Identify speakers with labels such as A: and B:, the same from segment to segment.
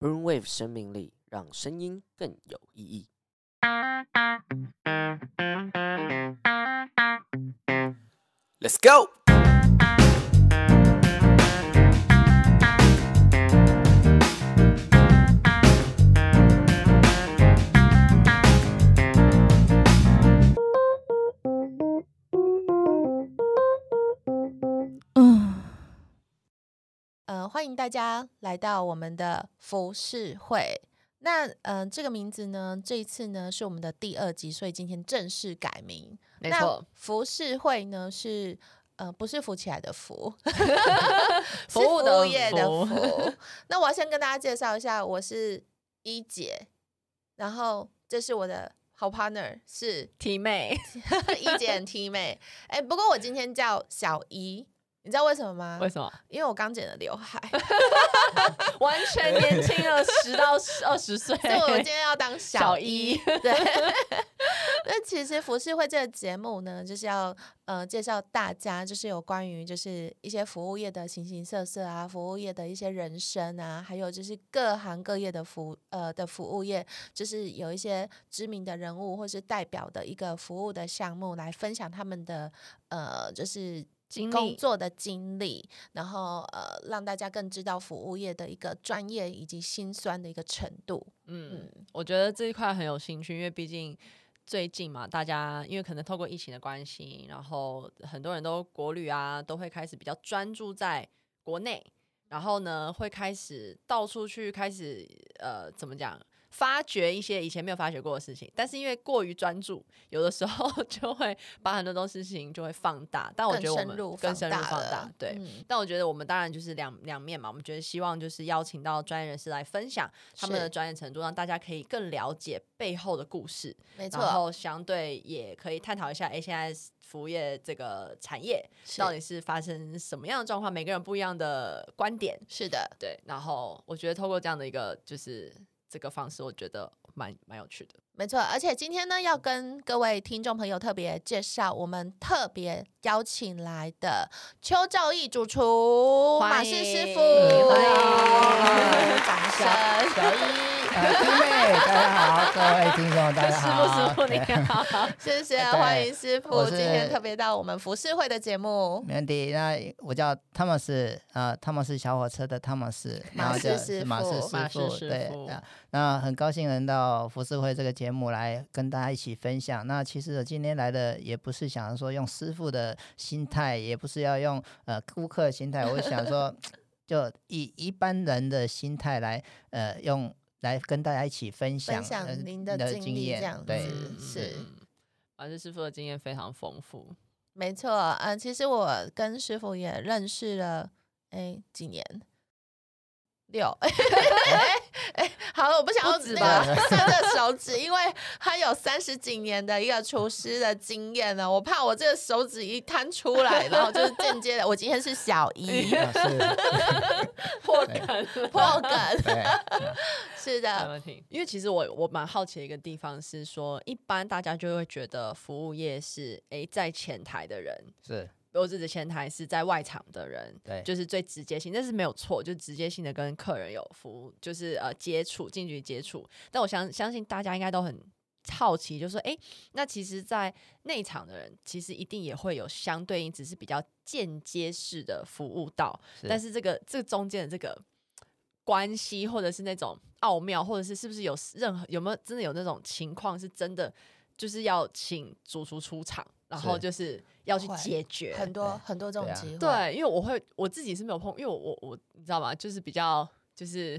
A: Brainwave 生命力，让声音更有意义。
B: Let's go！
C: 嗯，呃，欢迎大家来到我们的服饰会。那嗯、呃这个名字呢，这一次呢是我们的第二集，所以今天正式改名。
D: 没错，，
C: 服饰会呢是呃不是扶起来的 扶，是
D: 服务的
C: 服务业的
D: 服
C: 服。那我要先跟大家介绍一下，我是一姐，然后这是我的好 partner 是
D: 体妹
C: 一姐 and T 妹。哎、不过我今天叫小一，你知道为什么吗？
D: 为什么
C: 因为我刚剪了刘海，
D: 完全年轻了十到 二十呃岁？
C: 所以我今天要当小
D: 小
C: 一
D: 一。
C: 对， 那其实服饰会这个节目呢，就是要呃介绍大家，就是有关于就是一些服务业的形形色色啊，服务业的一些人生啊，还有就是各行各业的服呃的服务业，就是有一些知名的人物或是代表的一个服务的项目来分享他们的呃就是
D: 经
C: 工
D: 历
C: 作的经历，然后呃，让大家更知道服务业的一个专业以及辛酸的一个程度。
D: 嗯，我觉得这一块很有兴趣，因为毕竟最近嘛，大家因为可能透过疫情的关系，然后很多人都国旅啊，都会开始比较专注在国内，然后呢会开始到处去开始呃怎么讲？发掘一些以前没有发掘过的事情，但是因为过于专注，有的时候 就会把很多东西事情就会放大。但我
C: 更
D: 觉得我
C: 深
D: 们
C: 入，
D: 更深入放大
C: 了，
D: 对。
C: 嗯
D: 但我觉得我们当然就是两两面嘛，我们觉得希望就是邀请到专业人士来分享他们
C: 是
D: 的专业程度，让大家可以更了解背后的故事，
C: 没
D: 然
C: 错，
D: 后相对也可以探讨一下，哎，现在服务业这个产业
C: 是
D: 到底是发生什么样的状况，每个人不一样的观点，
C: 是的，
D: 对。然后我觉得透过这样的一个就是这个方式，我觉得蛮蛮有 趣的，
C: 没错。而且今天呢，要跟各位听众朋友特别介绍我们特别邀请来的邱兆义主厨马
D: 欢迎
C: 氏师傅，哦
D: 欢
B: 迎
C: 掌声。
B: 小一，
E: 呃，弟妹，大家好，各位听众，大家好。
D: 师傅师 傅你好，
C: 谢谢，
D: 哎
E: 对
C: 欢迎师傅，
E: 我是
C: 今天特别到我们服饰会的节目，
E: 没问题。那我叫汤姆斯，呃，汤姆斯小火车的汤姆斯，
C: 马
E: 然后
C: 氏
E: 就
C: 师
E: 是马氏
C: 傅
D: 马
E: 师
D: 氏
E: 傅，
D: 师
E: 对
D: 傅。
E: 那那很高兴能到服饰会这个节目来跟大家一起分享。那其实我今天来的也不是想说用师傅的心态，也不是要用呃顾客的心态，我想说就以一般人的心态来，呃，用来跟大家一起分享
C: 分享
E: 呃
C: 您的
E: 你的
C: 经
E: 经
C: 历
E: 验
C: 这样
E: 对
C: 子是
D: 嗯马氏师傅的经验非常丰富，
C: 没错，嗯、其实我跟师傅也认识了，哎，几年？六，哎、好了，我不想要
D: 不止
C: 那个算这个手指，因为他有三十几年的一个厨师的经验了，我怕我这个手指一摊出来，然后就是间接的，我今天是小 一
E: 啊是。
D: 破梗了
C: 破 梗，
E: 对，
C: 是
D: 没
C: 的，
D: 问题。因为其实我我蛮好奇的一个地方是说，一般大家就会觉得服务业是诶在前台的人，
E: 是
D: 我指的前台是在外场的人，
E: 对
D: 就是最直接性，但是没有错，就直接性的跟客人有服务，就是呃接触，近距离接触。但我相相信大家应该都很。好奇就说，诶，那其实，在内场的人其实一定也会有相对应，只是比较间接式的服务到，
E: 是
D: 但是这个这中间的这个关系，或者是那种奥妙，或者是是不是有任何有没有真的有那种情况是真的，就是要请主厨出场，然后
E: 是
D: 就是要去
C: 会
D: 解决
C: 很多
E: 对
C: 很多这种
E: 对啊
C: 机会，
D: 对，因为我会我自己是没有碰，因为我我我你知道吗？就是比较就是，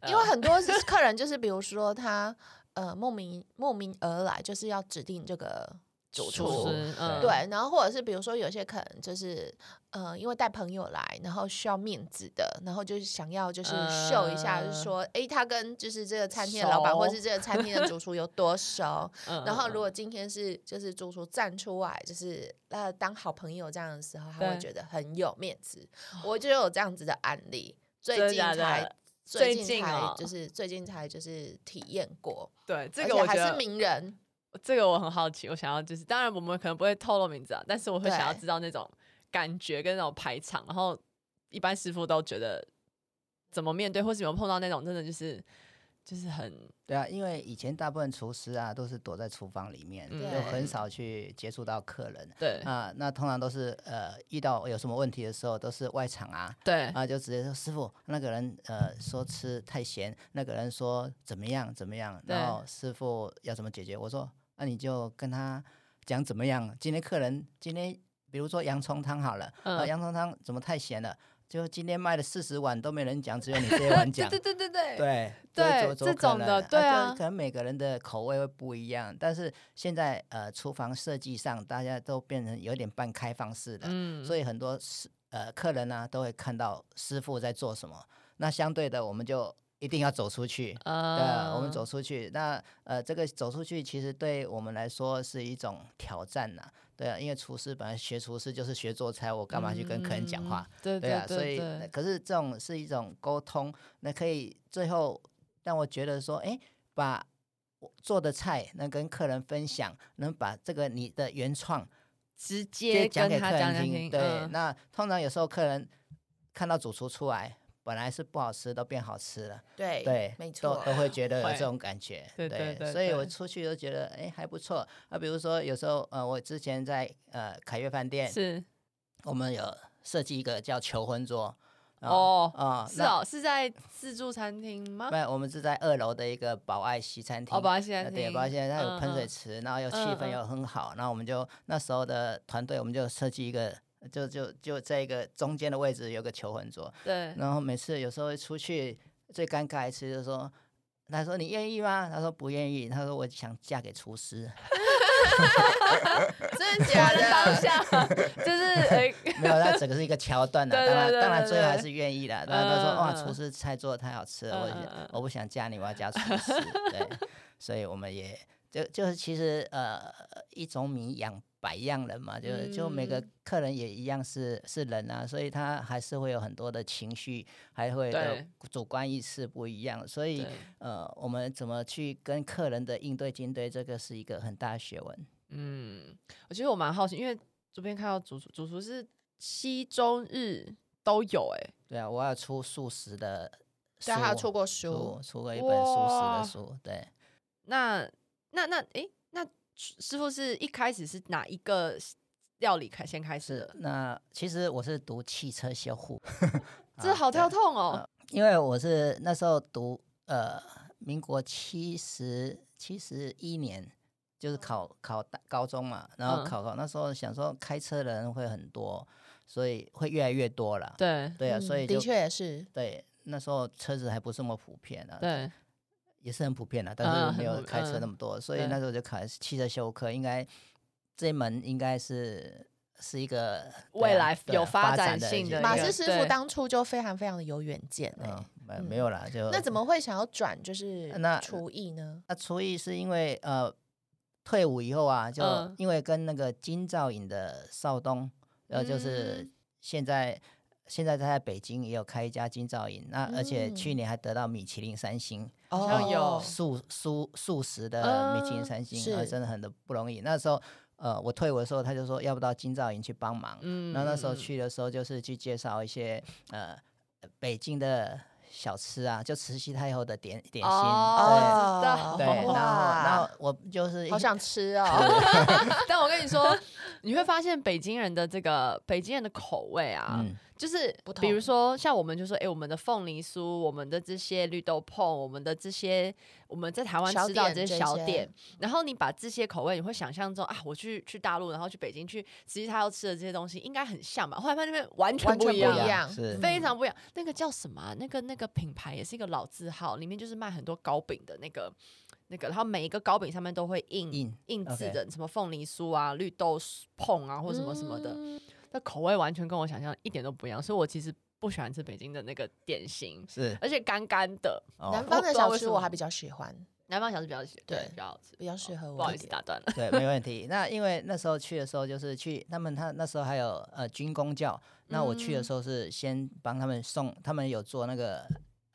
D: 呃
C: 因为很多是客人就是比如说他呃慕名慕名而来，就是要指定这个主
D: 厨
C: 厨。
D: 师嗯
C: 对，然后或者是比如说有些可能就是，呃，因为带朋友来，然后需要面子的，然后就是想要就是秀一下，就是
D: 呃
C: 说，诶，他跟就是这个餐厅的老板或
D: 熟
C: 是这个餐厅的主厨有多 熟，
D: 嗯
C: 然后
D: 嗯
C: 如果今天是就是主厨站出来，就是呃当好朋友这样的时候，他会
D: 对哦
C: 觉得很有面子。我就有这样子的案例，最
D: 真的
C: 近
D: 假的
C: 才
D: 最
C: 近
D: 近
C: 才
D: 哦
C: 就是最近才就是体验过，
D: 对这
C: 而
D: 个
C: 且
D: 我
C: 还
D: 觉
C: 是
D: 得
C: 名人，
D: 这个我很好奇，我想要就是，当然我们可能不会透露名字啊，但是我会想要
C: 对
D: 知道那种感觉跟那种排场，然后一般师傅都觉得怎么面对，或是有没有碰到那种真的就是就是很
E: 对啊，因为以前大部分厨师啊都是躲在厨房里面，
D: 嗯
E: 就
C: 对
E: 很少去接触到客人。
D: 对
C: 呃
E: 啊，那通常都是呃遇到有什么问题的时候，都是外场啊，
D: 对
C: 呃
E: 啊就直接说师傅那个人呃说吃太咸，那个人说怎么样怎么样，
D: 对
E: 然后师傅要怎么解决？我说那你就跟他讲怎么样。今天客人今天比如说洋葱汤好了，啊
D: 嗯
E: 洋葱汤怎么太咸了？就今天卖了四十碗都没人讲，只有你这一 碗讲。
D: 对对对对
E: 对
D: 对
E: 这
D: 这种的对啊
E: 可能每个人的口味会不一样，但是现在呃，厨房设计上大家都变成有点半开放式的，
D: 嗯，
E: 所以很多师呃客人呢、都会看到师傅在做什么，那相对的我们就一定要走出去。对
D: 呃
E: 啊，我们走出去，那呃，这个走出去其实对我们来说是一种挑战呐、对啊，因为厨师本来学厨师就是学做菜，我干嘛去跟客人讲话？？
D: 嗯对
E: 对啊，
D: 对
E: 所以
D: 对
E: 那可是这种是一种沟通，那可以最后让我觉得说，哎，把我做的菜能跟客人分享，能把这个你的原创
D: 直
E: 直接
D: 接
E: 讲
D: 跟
E: 给
D: 他
E: 客
D: 讲
E: 人
D: 讲
E: 听。
D: 听，
E: 对，
D: 嗯
E: 那通常有时候客人看到主厨出来。本来是不好吃，都变好吃了，
C: 对
E: 对，
C: 没
E: 都
C: 错，
E: 都会觉得有
D: 会
E: 这种感觉，
D: 对对对
E: 所以我
D: 对
E: 出去都觉得，哎，还不错。啊，比如说有时候，呃，我之前在呃凯悦饭店，
D: 是
E: 我们有设计一个叫求婚桌，啊
D: 哦
E: 啊，
D: 是
E: 那
D: 哦，是在自助餐厅吗？
E: 没有，我们是在二楼的一个宝爱西餐厅。
D: 哦，保安现在
E: 呃对，宝爱西餐厅它有喷水
D: 嗯
E: 池，然后有气
D: 嗯
E: 氛
D: 嗯
E: 又很好，然后我们就那时候的团队，我们就设计一个，就就就在一个中间的位置有个求婚桌，
D: 嗯对，
E: 然后每次有时候出去最尴尬一次就是说。他说：“你愿意吗？”他说：“不愿意。”他说：“我想嫁给厨师。
C: 真的假
E: 啊
D: 当
C: 的？
D: 下就是 哎，”
E: 没有，他整个是一个桥段的。
D: 对
E: 当然，
D: 对对
E: 当然
D: 对
E: 最后还
D: 对
E: 是愿意的。然后他说：“哇，
D: 嗯嗯
E: 厨师菜做的太好吃了，我
D: 嗯嗯
E: 想
D: 嗯
E: 我不想嫁你，我要嫁厨师。” 对，所以我们也就就是其实呃一种米养百样人嘛，就是就每个
D: 嗯
E: 客人也一样是是人啊，所以他还是会有很多的情绪，还会的
D: 对
E: 主观意识不一样，所以
D: 对
E: 呃我们怎么去跟客人的应对进对，这个是一个很大的学问。
D: 嗯，我觉得我蛮好奇，因为这边看到主厨主厨是西中日都有哎、
E: 对啊，我要出素食的书，
D: 啊
C: 对，他有出过书，
E: 出出过一本素食
D: 哇
E: 的书，对。
D: 那那那诶，那师师傅是一开始是哪一个料理开先开始
E: 是
D: 的，？，
E: 那其实我是读汽车修护
D: 这好跳
E: 啊对
D: 痛哦，
E: 因为我是那时候读呃民国七十七十一年，就是考考大高中嘛，然后
D: 嗯
E: 考考、那时候想说开车的人会很多，所以会越来越多了。
D: 对
E: 对啊，所
C: 嗯
E: 以就
C: 的确也是，
E: 对那时候车子还不是那么普遍啊，
D: 对，
E: 也是很普遍的，
D: 嗯
E: 但是
D: 很
E: 没有
D: 普
E: 开车那
D: 嗯
E: 么多，所以
D: 对
E: 那时候就考汽车修科，应该这一门应该是是一个对
D: 未
E: 啊
D: 来
E: 对啊啊
D: 有发
E: 发
D: 展
E: 的
D: 性
E: 一
D: 的
E: 个
D: 一
C: 马
D: 个
C: 氏
D: 对
C: 师傅当初就非常非常的有远见哎、
E: 嗯，没没有啦，就
C: 那怎么会想要转就是
E: 呃那
C: 厨艺呢？
E: 那厨艺是因为呃退伍以后啊，就
D: 嗯
E: 因为跟那个金兆尹的少东，呃，就是
D: 嗯
E: 现在现在他在北京也有开一家金兆尹，那而且去
C: 嗯
E: 年还得到米其林三星，
C: 好
D: 像有
E: 哦素素素食的米其林
D: 嗯
E: 三星，呃
C: 是
E: 真的很的不容易。那时候呃我退伍的时候，他就说要不到金兆尹去帮忙，
D: 嗯
E: 那那时候
D: 嗯嗯
E: 去的时候，就是去介绍一些呃北京的小吃啊，就慈禧太后的点点心，
D: 哦，
C: 哦
E: 对对，然
D: 知
E: 后
D: 道
E: 然后
C: 哇
E: 我就是一
C: 好想吃哦，
D: 但我跟你说，你会发现北京人的这个北京人的口味啊，
E: 嗯，
D: 就是
C: 不
D: 比如
C: 同
D: 说像我们就说，哎、我们的凤梨酥，我们的这些绿豆碰，我们的这些我们在台湾
C: 小
D: 吃到的
C: 点
D: 这些
C: 这
D: 小
C: 些
D: 点，然后你把这些口味，你会想象中啊，我去去大陆，然后去北京去，实际他要吃的这些东西应该很像吧？后来发现那边完全
C: 完全不
D: 不一
C: 一
D: 样。
C: 样，
E: 是
D: 非常不一样，那个叫什么啊、那个那个品牌也是一个老字号，里面就是卖很多糕饼的那个那个，然后每一个糕饼上面都会印
E: 印
D: 印字
E: OK
D: 的，什么凤梨酥啊、绿豆碰啊，或什么什么的。
C: 嗯
D: 那口味完全跟我想象一点都不一样，所以我其实不喜欢吃北京的那个点心，
E: 是
D: 而且干干的。
E: 哦
C: 南方
D: 我不
C: 的
D: 知道
C: 小
D: 为
C: 吃
D: 什
C: 我
D: 么
C: 还比较喜欢，
D: 南方小吃比较喜
C: 对
D: 比较好吃，哦
C: 比较适合我
D: 不好
C: 一
D: 意思
C: 点
D: 打断了。
E: 对，没问题。那因为那时候去的时候，就是去他们他那时候还有呃军工教，那我去的
D: 嗯
E: 时候是先帮他们送，他们有做那个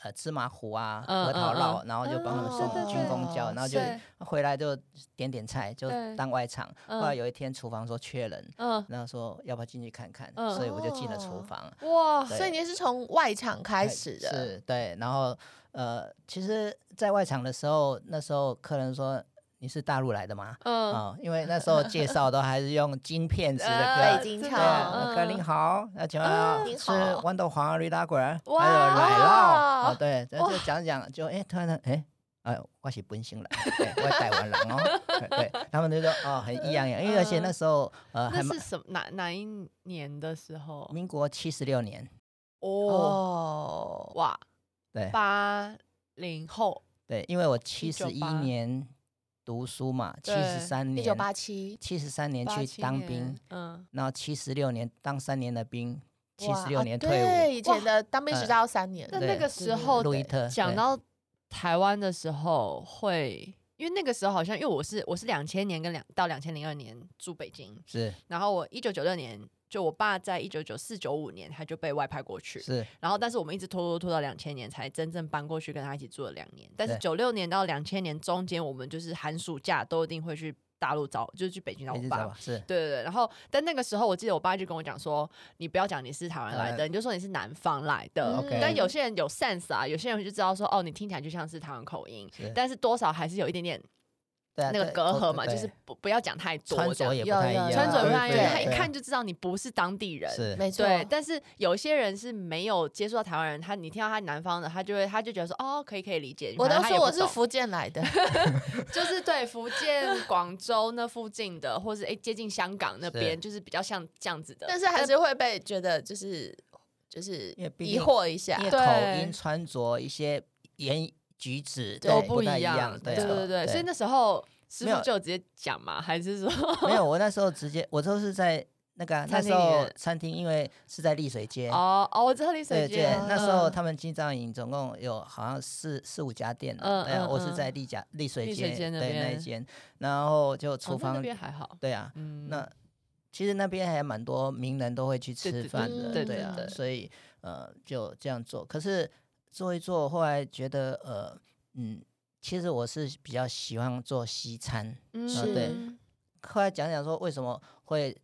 E: 呃芝麻糊啊、
D: 嗯
E: 核桃
D: 嗯
E: 酪，
D: 嗯
E: 然后就帮他们
C: 哦对
E: 送
C: 对
E: 军工教，
C: 对
E: 然后就
D: 对
E: 回来就点点菜，就
D: 对
E: 当外场。后来
D: 嗯
E: 有一天厨房说缺人，
D: 嗯，
E: 然后说要不要进去看看，
D: 嗯
E: 所以我就进了厨
C: 哦
E: 房。
D: 哇，
E: 对
C: 所以你是从外场开始的，
E: 是，对。然后呃，其实，在外场的时候，那时候客人说你是大陆来的吗？
D: 嗯，
E: 啊、因为那时候介绍都还是用金片子的
D: 呃
E: 歌
C: 北。京
D: 真的
E: 对，
C: 腔
E: 那个您好，那请问
C: 您
E: 是
C: 好
E: 豌豆黄驴打滚儿，
D: 哇
E: 还有奶酪
C: 哇
E: 啊？对，这
D: 哇
E: 这讲讲就哎，突然间哎。哎，我是本省人，哎我是台湾人哦。对对，他们就说哦，很异样样，因为而且那时候呃，还
D: 那
E: 蛮
D: 是什么哪哪一年的时候？
E: 民国七十六年，
D: 哦，
C: 哦，
D: 哇，
E: 对
D: 八零后，
E: 对，因为我七十一
D: 1981
E: 年读书嘛，七
D: 对
E: 十三
C: 一
E: 年，
C: 九八七，
E: 七十三年
D: 八
E: 去
D: 七
E: 当
D: 年
E: 兵，
D: 嗯，
E: 然后七十六年当三年的兵，七
C: 哇
E: 十六
C: 啊
E: 年退伍，
C: 对，以前
D: 哇
C: 的当兵时
E: 嗯
C: 都要三年，
D: 那
E: 对
D: 那个时候
E: 路易特
D: 讲
E: 对
D: 到台湾的时候会。因为那个时候好像，因为我是我是两千年跟两到两千零二年住北京，
E: 是
D: 然后我一九九六年就我爸在一九九四九五年他就被外派过去，
E: 是
D: 然后但是我们一直拖拖拖到两千年才真正搬过去跟他一起住了两年，但是
E: 对
D: 九六年到两千年中间我们就是寒暑假都一定会去大陆找，就是去北京找
E: 一
D: 我
E: 直
D: 爸
E: 走。是
D: 对对对，然后但那个时候我记得我爸就跟我讲说，你不要讲你是台湾来
E: 台嗯
D: 的，你就说你是南方来的。
E: OK
D: 但有些人有 sense 啊，有些人就知道说，哦，你听起来就像是台湾口音，
E: 是，
D: 但是多少还是有一点点
E: 对啊
D: 那个
E: 对
D: 隔
E: 都
D: 阂嘛，
E: 对
D: 就是不不要讲太多
E: 穿
D: 这
E: 着
D: 样。
E: 也不
C: 有
E: 太一
C: 有
E: 样，
D: 穿着
C: 不
D: 不
C: 对
D: 太一
C: 对
D: 样，他一
E: 对
D: 看就知道你不是当地人。
E: 是
C: 没错，
D: 对，但是有些人是没有接触到台湾人，他你听到他南方的，他就会他就觉得说哦，可以可以理解。
C: 我
D: 反
C: 都
D: 正他也
C: 说我
D: 不
C: 是
D: 懂，
C: 福建来的，
D: 就是对福 建、广州那附近的，或是哎接近香港那
E: 是
D: 边，就是比较像这样子的。
C: 但是还是会被觉得就是就是
E: 因为毕
C: 疑
E: 竟
C: 惑一下
E: 因，为
D: 对
E: 口音、穿着一些言举止
C: 都
E: 都
D: 不
E: 不太
D: 一
E: 样，
D: 对
E: 啊
D: 对对，所以那时候师
E: 没
D: 傅
E: 有
D: 就有直接讲嘛，还是说
E: 没有，我那时候直接，我都是在那个啊那
D: 餐
E: 时
D: 厅里
E: 候
D: 面
E: 餐厅，因为是在丽水街。
D: 哦哦，我知道你水
E: 对
D: 街
E: 对，那时候
D: 嗯
E: 他们金藏营总共有好像四四五家店
D: 嗯
E: 了，对啊，
D: 嗯
E: 我是
D: 嗯
E: 在丽家丽水
D: 丽水
E: 街
D: 街那
E: 对那一
D: 边
E: 间，然后就
D: 哦
E: 厨
D: 那那
E: 房
D: 边还好，
E: 对啊，
D: 嗯，
E: 那其实那边还蛮多名人都会去
D: 对对对
E: 吃饭
C: 对
E: 的，
C: 对
E: 对啊
C: 对，
E: 所以呃就这样做。可是做一做，后来觉得呃嗯，其实我是比较喜欢做西餐。
D: 嗯
E: 是呃 对后来讲讲说为什么会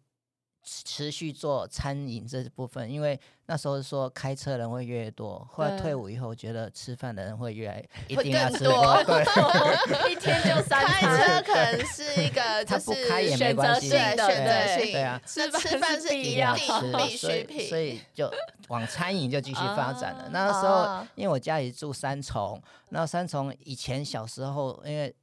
E: 持持续做餐饮这部分，因为那时候说开车人会越来越多，后来
D: 对
E: 退伍以后，觉得吃饭的人 会越来一
C: 嗯会
E: 定要
C: 更
E: 吃
C: 多
E: 对，
D: 哦一天就三
C: 开
D: 餐。
C: 车可能是一个就
E: 他
C: 是
E: 不开也没
D: 选择
E: 关系，
C: 对选
D: 性的
E: 对
C: 择
E: 对
C: 性，
E: 对啊。
C: 那
D: 吃
C: 吃
D: 饭
C: 饭
D: 是
C: 是
D: 必
C: 一
D: 要
C: 定必
E: 是所
C: 需
E: 以所
C: 品，
E: 以就往餐饮就继续发展了。那时候
C: 啊
E: 因为我家里住三重，然后三重以前小时候因为。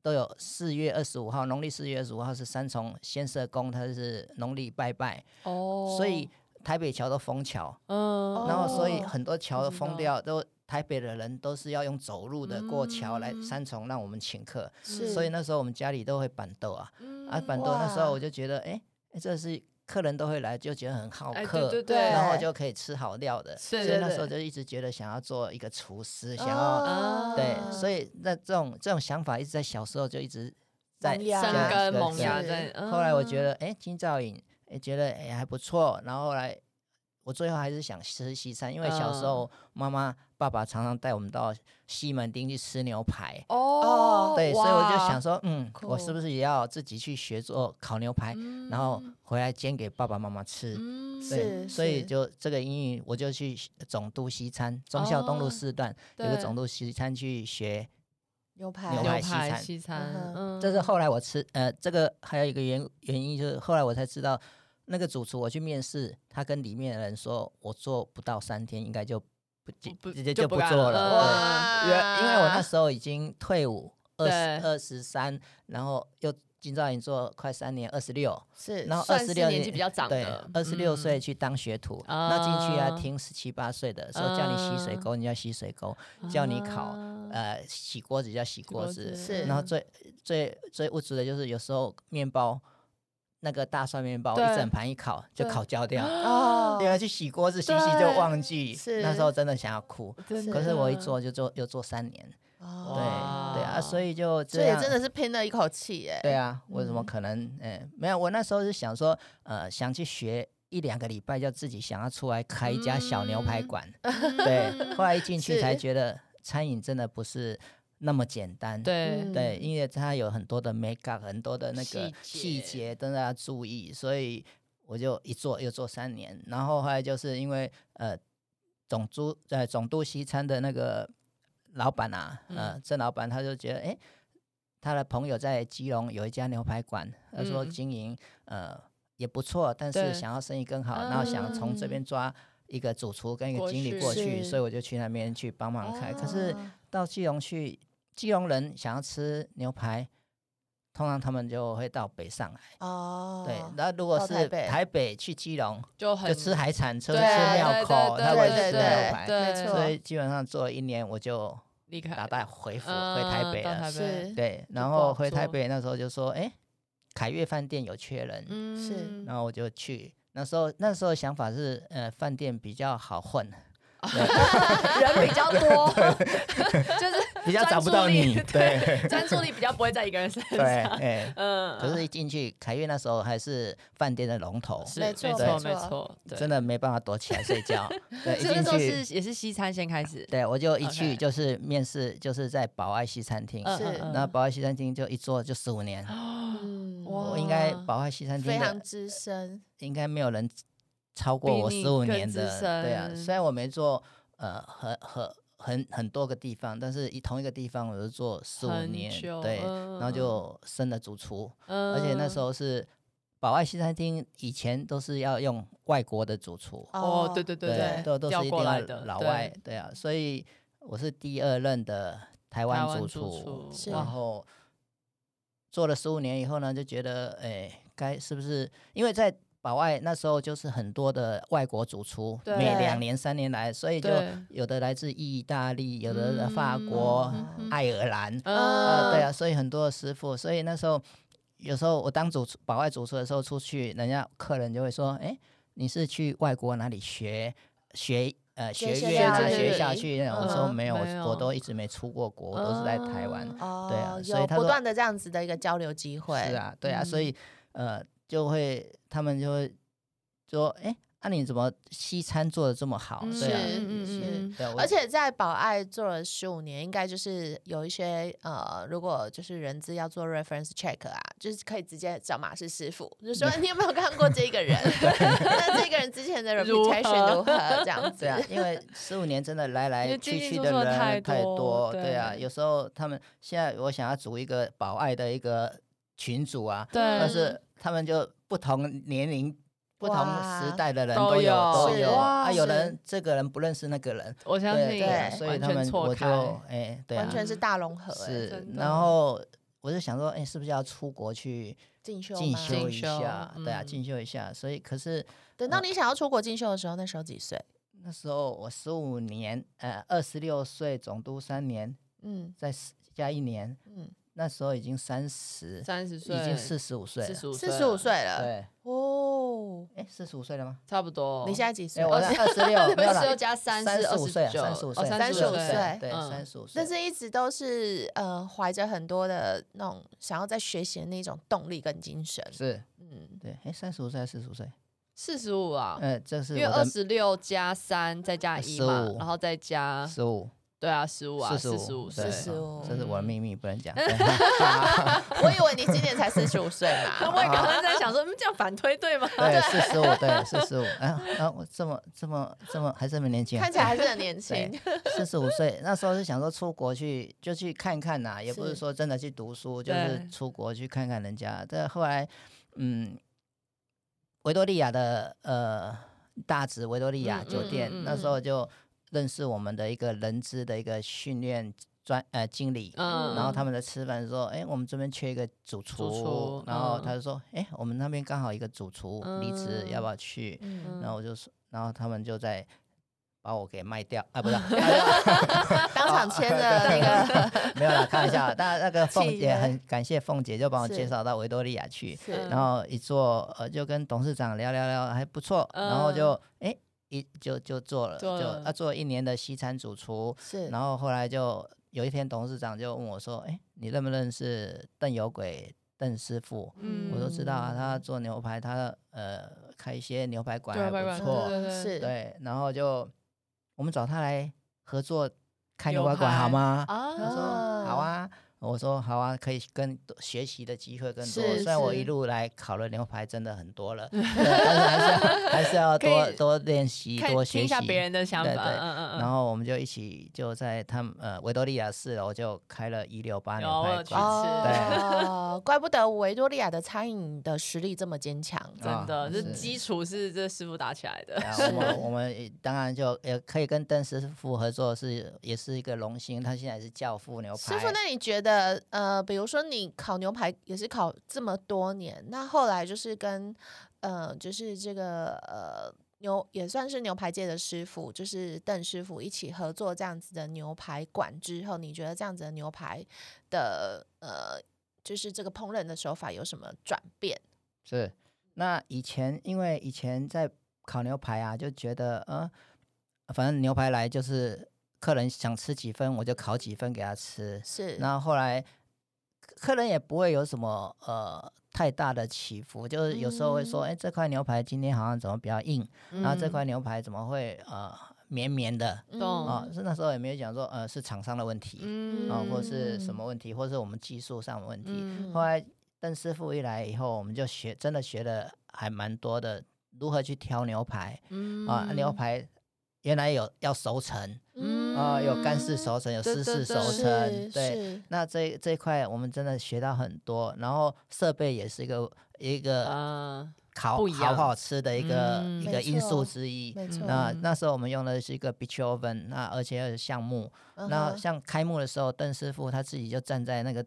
E: 都有四月二十五号，农历四月二十五号是三重先社宫，它是农历拜拜，
D: 哦
E: 所以台北桥都封桥，
D: 嗯
E: 然后
C: 哦
E: 所以很多桥都
D: 我知道
E: 封掉，都台北的人都是要用走路的过桥来
D: 嗯
E: 三重让我们请客，
D: 哦
C: 是
E: 所以那时候我们家里都会板豆啊，啊，
D: 嗯
E: 板豆
C: 哇
E: 那时候我就觉得，哎、诶这是客人都会来，就觉得很好
D: 哎
E: 客，
D: 对
C: 对
D: 对
E: 然后
C: 对
E: 就可以吃好料的。
D: 是
E: 所以
D: 对
E: 那时候
D: 对
E: 就一直觉得想要做一个厨师，想要、
C: 哦
D: 啊
E: 对，
D: 啊
E: 所以那这种这种想法一直在小时候就一直在
C: 萌芽
E: 在
D: 生根
E: 对
D: 萌
E: 对
D: 芽
C: 是
D: 在。
E: 后来我觉
D: 嗯
E: 得，哎、金兆颖，哎、觉得哎、还不错，然后后来我最后还是想吃西餐，因为小时
D: 嗯
E: 候妈妈、爸爸常常带我们到西门町去吃牛排。
D: 哦，
E: 对，所以我就
D: 哇
E: 想，说，嗯，我
C: 酷
E: 是不是也要自己去学做烤牛排，然后回来煎给爸爸妈妈吃？
D: 嗯
E: 对，
C: 是
E: 所以
C: 是
E: 就这个英语，我就去学总督西餐，忠孝东路
D: 哦
E: 四段、有个
D: 对
E: 总督西餐去学
C: 牛排
E: 牛
D: 牛
E: 排西
D: 排
E: 餐
D: 西餐
C: 嗯，
D: 嗯
E: 这是后来我吃，呃，这个还有一个原原因就是后来我才知道，那个主厨我去面试，他跟里面的人说我做不到三天，应该就不进
D: 不
E: 直接
D: 就
E: 就
D: 不
E: 不
D: 干
E: 做
D: 了
E: 了。
C: 哇
E: 对，原因为我那时候已经退伍
D: 啊
E: 二
D: 对
E: 十二十三，然后又金兆颖做快三年，二十六，
C: 是
E: 然后二
D: 算
E: 十
D: 是
E: 六
D: 年纪比较长
E: 对
D: 的，
E: 二十六
D: 嗯
E: 岁去当学徒，那进去要
D: 啊
E: 听十七八岁的，说叫你洗水
D: 啊
E: 沟，你叫洗水沟，叫你烤
D: 啊
E: 呃洗锅子叫洗锅
D: 锅
E: 子，
D: 子
C: 是
E: 然后最最最物质的就是有时候面包那个大蒜面包
D: 对
E: 一整盘一烤就
D: 对
E: 烤焦掉，
C: 哦
E: 对啊，去洗锅子洗洗就
D: 对
E: 忘记，
C: 是
E: 那时候真的想要哭。
D: 真
C: 是
E: 可是我一
D: 的
E: 做就做又做三年，对对
C: 哦，
E: 啊，
D: 嗯哇
E: 所以就
C: 这
E: 这
C: 也
E: 样
C: 真的是拼了一口气耶，
E: 啊对啊，我怎么
C: 嗯
E: 可能？哎、没有，我那时候是想说，呃，想去学一两个礼拜就自己想要出来开一家小牛排
D: 嗯
E: 馆，对，后来一进去才
C: 是
E: 觉得餐饮真的不是那么简单，
D: 对，
C: 嗯
E: 对，因为它有很多的 make up，很多的那个
D: 细
E: 细
D: 节
E: 节都要注意，所以我就一做又做三年，然后后来就是因为呃总督呃总督西餐的那个老板啊，呃
D: 嗯
E: 郑老板他就觉得诶，他的朋友在基隆有一家牛排馆，他说
D: 嗯
E: 经营呃也不错，但
D: 对嗯
E: 是想要生意更好，然后想从这边抓。一个主厨跟一
D: 过
E: 个经理
D: 去
E: 过去，
C: 是
E: 所以我就去那边去帮忙开。可是
C: 啊
E: 到基隆去，基隆人想要吃牛排，通常他们就会到北上来。
C: 哦，
E: 对，那如果
C: 到
E: 是
C: 台北
E: 去基隆，
D: 就很
E: 就吃海产，吃吃
D: 对啊
E: 庙
D: 对
E: 口，
D: 对
E: 他
D: 对
E: 会
D: 对
E: 吃
D: 对
E: 牛排。
D: 对
C: 没错
E: 所以基本上做了一年，我就
D: 离开
E: 打道回府
D: 嗯
E: 回台北
D: 到
E: 了。
D: 台
C: 是，
E: 对，然
D: 不好
E: 后回台
D: 做
E: 北那时候就说，哎，凯悦饭店有缺人，
D: 嗯
C: 是
E: 然后我就去。那时候那时候想法是，呃，饭店比较好混，对
D: 人比较多，就是
E: 比较找不
D: 专
E: 到
D: 注力
E: 你， 对
D: 专注力比较不会在一个人身
E: 对，
D: 上。
E: 哎。
D: 嗯，
E: 可是一进去，凯悦那时候还是饭店的龙头，
D: 是
C: 没
D: 没
C: 错
D: 错
C: 没
D: 没
C: 错
D: 错，对
E: 真的没办法躲起来睡 觉。对，一
D: 所以那
E: 进
D: 时候
E: 去，
D: 是也是西餐先开始，
E: 对我就一
D: OK
E: 去就是面试，就是在宝爱西餐厅。
D: 嗯
C: 是
D: 嗯嗯哦
E: 那宝爱西餐厅就一做就十五年，
C: 嗯，
D: 哇
E: 我应该
D: 哇
E: 宝爱西餐
C: 非
E: 厅
C: 常
E: 的
C: 资深，
E: 应该没有人超过
D: 比
E: 我
D: 你
E: 十五
D: 更
E: 年
D: 资
E: 的。对啊，
D: 深
E: 虽然我没做呃很很很很多个地方，但是一同一个地方我就做十五
D: 很
E: 年
D: 久，
E: 对，
D: 嗯
E: 然后
D: 嗯
E: 就升了主厨。
D: 嗯
E: 而且那时候是保外西餐厅，以前都是要用外国的主厨，
D: 哦，对对对
C: 对
E: 都都是
D: 调
E: 一定
D: 过
E: 要
D: 来的
E: 老
D: 对
E: 外，对啊，所以我是第二任的台湾
D: 湾
E: 主
D: 主
E: 厨，
D: 厨
E: 然
C: 是
E: 后做了十五年以后呢，就觉得哎，该是不是因为在保外那时候就是很多的外国主厨，
D: 对
E: 每两年三年来，所以就
D: 对
E: 有的来自意大利，有的来法
D: 嗯
E: 国、
D: 嗯嗯
E: 爱尔兰，
D: 嗯
E: 呃，对啊，所以很多的师傅，所以那时候有时候我当主厨、保外主厨的时候出去，人家客人就会说：“哎，你是去外国哪里学学呃
C: 学
E: 学
C: 学
E: 院啊
D: 料理
E: 学校去那种？”我说：“
D: 嗯
E: 没有，
D: 没有
E: 我我都一直没出过国，我都是在台湾。
D: 嗯
C: 哦，
E: 对啊所以
C: 有
E: 他
C: 不
E: 说
C: 断的这样子的一个交流机会，
E: 是啊，对啊，所以
D: 嗯
E: 呃，就会他们就会说：“哎，那、你怎么西餐做的这么好？”对啊，
C: 是
D: 嗯嗯嗯
E: 对啊，我
C: 而且在宝爱做了十五年，应该就是有一些呃，如果就是人资要做 reference check 啊，就是可以直接找马氏师傅，就说你有没有看过这个人？ 那这个人之前的
D: 如何
C: reputation 如何？这样子
E: 对啊，因 为十五年真的来
D: 因
E: 来
D: 为进
E: 去
D: 进
E: 去
D: 出
E: 的
D: 出的
E: 人
D: 太
E: 太
D: 多
E: 对啊，
D: 对
E: 有时候他们现在我想要组一个保爱的一个群组啊，
D: 对，
E: 但
C: 嗯
E: 是他们就不同年龄。不同时
C: 哇
E: 代的人
D: 都
E: 都有
D: 有
E: 都
C: 是
E: 有啊，
C: 哇
E: 有
C: 是
E: 人这个人不认识那个人，
D: 我相
E: 对
D: 信
E: 啊
C: 对
E: 所以
D: 完
E: 他
D: 全
E: 们
D: 错
E: 我就
D: 开
E: 哎，对
C: 完
E: 啊，
C: 全是大融合、欸，
D: 哎
E: 是
D: 真，的
E: 然后我就想说，哎，是不是要出国去
C: 进修
E: 进
C: 吗？
E: 修
D: 进
E: 一
D: 修
E: 下？对啊，
D: 嗯
E: 进修一下。所以可是
C: 等到你想要出国进修的时候，那时候几岁？
E: 那时候我十五年，呃，二十六岁，总督三年，
C: 嗯
E: 再十加一年，
C: 嗯，
E: 那时候已经三十，
D: 三十岁
E: 已经四十五岁
D: 四。
E: 了
D: 十五
C: 四十五岁了
E: 对，
C: 哦。
E: 哎，四十五岁了吗？
D: 差不多。
C: 你现在几岁？
E: 哎，我
C: 哦
E: 二十六，没有
D: 二十六
E: 啦，
D: 加三
E: 三
D: 是
E: 十
D: 二
E: 五岁啊，
D: 九，
E: 三十五
D: 哦
E: 岁，
D: 35
C: 35
D: 岁
C: 岁
E: 对，
D: 嗯
E: 三十五岁。
C: 但是一直都是呃，怀着很多的那种想要在学习的那种动力跟精神，
E: 是，
C: 嗯，
E: 对，哎，三十五岁还是四十五岁？
D: 四十五啊，
E: 呃，这是
D: 因为
E: 我
D: 二
E: 的
D: 十六加三再加一嘛，
E: 15
D: 然后再加
E: 十五，
D: 对啊，十五啊，
E: 四
D: 十
E: 五，
D: 五
E: 对
D: 岁，嗯
C: 45
E: 这是我的秘密，不能 讲。
C: 我以为你今年才四十五岁
D: 那
C: 嘛，
D: 我也刚刚在想说，嗯，这样反推对 吗？
E: 对，四十五，对，四十五。 哎，啊，我这么这么这么还这么年轻啊，
C: 看起来还是很年
E: 对
C: 轻，，
E: 四十五岁那时候是想说出国去就去看看呐、也不
C: 是
E: 是说真的去读书，就
D: 对
E: 是出国去看看人家。但后来，嗯，维多利亚的呃大直维多利亚
D: 嗯
E: 酒
D: 嗯
E: 店、
D: 嗯
E: 那
D: 嗯
E: 时候就认识我们的一个人资的一个训练专呃经理。
D: 嗯，
E: 然后他们在吃饭说：“哎，我们这边缺一个主厨。
D: 厨
E: 然后
D: 嗯
E: 他就说：“哎，我们那边刚好一个主厨离职，要不要去？”
C: 嗯，
E: 然后我就说，然后他们就在把我给卖掉啊，不是，
C: 当场签的那个
E: 没有啦，开玩笑。但那个 凤
C: 气
E: 姐
C: 人
E: 很感谢凤姐，就帮我介
C: 是
E: 绍到维多利亚去，
C: 是
E: 然后一做呃就跟董事长聊聊聊，还不错，
C: 嗯
E: 然后就哎一就就做了，
D: 做
E: 就
D: 了
E: 啊做了一年的西餐主厨，
C: 是
E: 然后后来就有一天董事长就问我说，哎，你认不认识邓有轨邓师傅，
D: 嗯
E: 我都知道啊，他做牛排，他呃开一些牛排馆
D: 对
E: 还
D: 排馆
E: 不
D: 对
E: 错，
D: 对对
C: 是，
E: 对，然后就我们找他来合作开牛
D: 牛
E: 排馆好
D: 排
E: 吗？他说
D: 啊，
E: 好啊，我说好啊，可以更多学习的机会更多。
C: 是
E: 虽然我一
C: 是
E: 路来烤了牛排真的很 多了，对但是还是要还是要
D: 可
E: 多
D: 以
E: 多练习，
D: 看
E: 多
D: 听
E: 学
D: 一
E: 习
D: 下。别人的想法，
E: 对
D: 嗯
E: 对
D: 嗯嗯，
E: 然后我们就一起就在他们呃维多利亚四楼就开了一六八
D: 有
E: 牛
D: 我
E: 排
D: 有去
E: 馆，对
C: 哦，怪不得维多利亚的餐饮的实力这么坚强。
D: 真
E: 啊
D: 的，这
E: 是
D: 基础是这师傅打起来的，
E: 然后我们我们也当然就也可以跟邓师傅合作是也是一个荣幸，他现在也是教父牛排。
C: 师傅，那你觉得，呃，比如说你烤牛排也是烤这么多年，那后来就是跟，呃，就是这个呃牛也算是牛排界的师傅，就是邓师傅一起合作这样子的牛排馆之后，你觉得这样子的牛排的呃，就是这个烹饪的手法有什么转变？
E: 是，那以前因为以前在烤牛排啊，就觉得呃，反正牛排来就是客人想吃几分，我就烤几分给他吃。
C: 是，
E: 然后后来客客人也不会有什么呃太大的起伏，就是有时候会说，
D: 嗯
E: 哎、这块牛排今天好像怎么比较硬，然后这块牛排怎么会呃绵绵的
C: 嗯
D: 懂
E: 啊？是、那时候也没有讲说呃是厂商的问题啊、
D: 嗯
E: 哦或
C: 嗯
E: 是什么问题，或是我们技术上的问题。
D: 嗯
E: 后来邓师傅一来以后，我们就学，真的学了还蛮多的，如何去挑牛排
D: 嗯
E: 啊，牛排原来有要熟成
C: 嗯
E: 啊，有干式熟成，有
D: 对
E: 湿
D: 对
E: 式
D: 对
E: 熟
C: 是
E: 成，对。
C: 是
E: 那这这一块我们真的学到很多，然后设备也是一个一个
D: 啊，
E: 烤
D: 不一
E: 好
D: 样
E: 不好吃的一个、
D: 嗯
E: 一
C: 没
E: 个因
C: 错
E: 素之一。
C: 没错，
E: 那
D: 嗯
E: 那时候我们用的是一个 beach oven，那而且还有橡木，
C: 嗯
E: 那
C: 哼
E: 像开幕的时候，邓师傅他自己就站在那个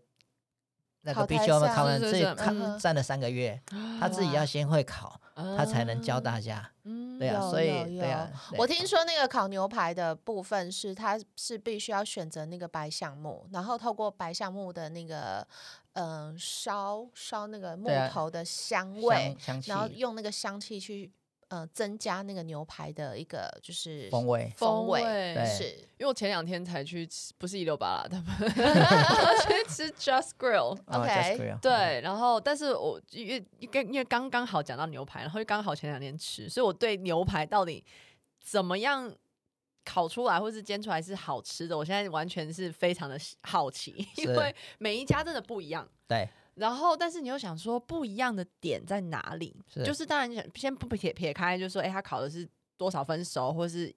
E: 那个
C: 烤
E: 必
C: 台
E: 修的
C: 上
E: 烤
D: 是
E: 人
D: 是
E: 自己
D: 是
E: 看
C: 嗯啊
E: 站了三个月，他自己
C: 哇
E: 要先会烤，哦他才能教大
D: 啊，
E: 家。
D: 嗯
E: 对啊，
C: 有
E: 所以
C: 有
E: 对啊，对
C: 我听说那个烤牛排的部分是，它是必须要选择那个白橡木，然后透过白橡木的那个嗯烧烧那个木
E: 对啊
C: 头的香味
E: 香，香气
C: 然后用那个香气去呃增加那个牛排的一个就是
E: 风味，
C: 风味
E: 对
C: 是
D: 因为我前两天才去吃，不是一六八啦，他 们我去吃 Just Grill。
E: 啊
C: OK，
E: just grill，嗯
D: 对，然后但是我因为因因为刚刚好讲到牛排，然后又刚好前两天吃，所以我对牛排到底怎么样烤出来或是煎出来是好吃的，我现在完全是非常的好奇， 因
E: 是
D: 为每一家真的不一样。
E: 对
D: 然后，但是你又想说不一样的点在哪里？
E: 是
D: 就是当然你想先不撇撇开，就是说，哎，他烤的是多少分熟，或是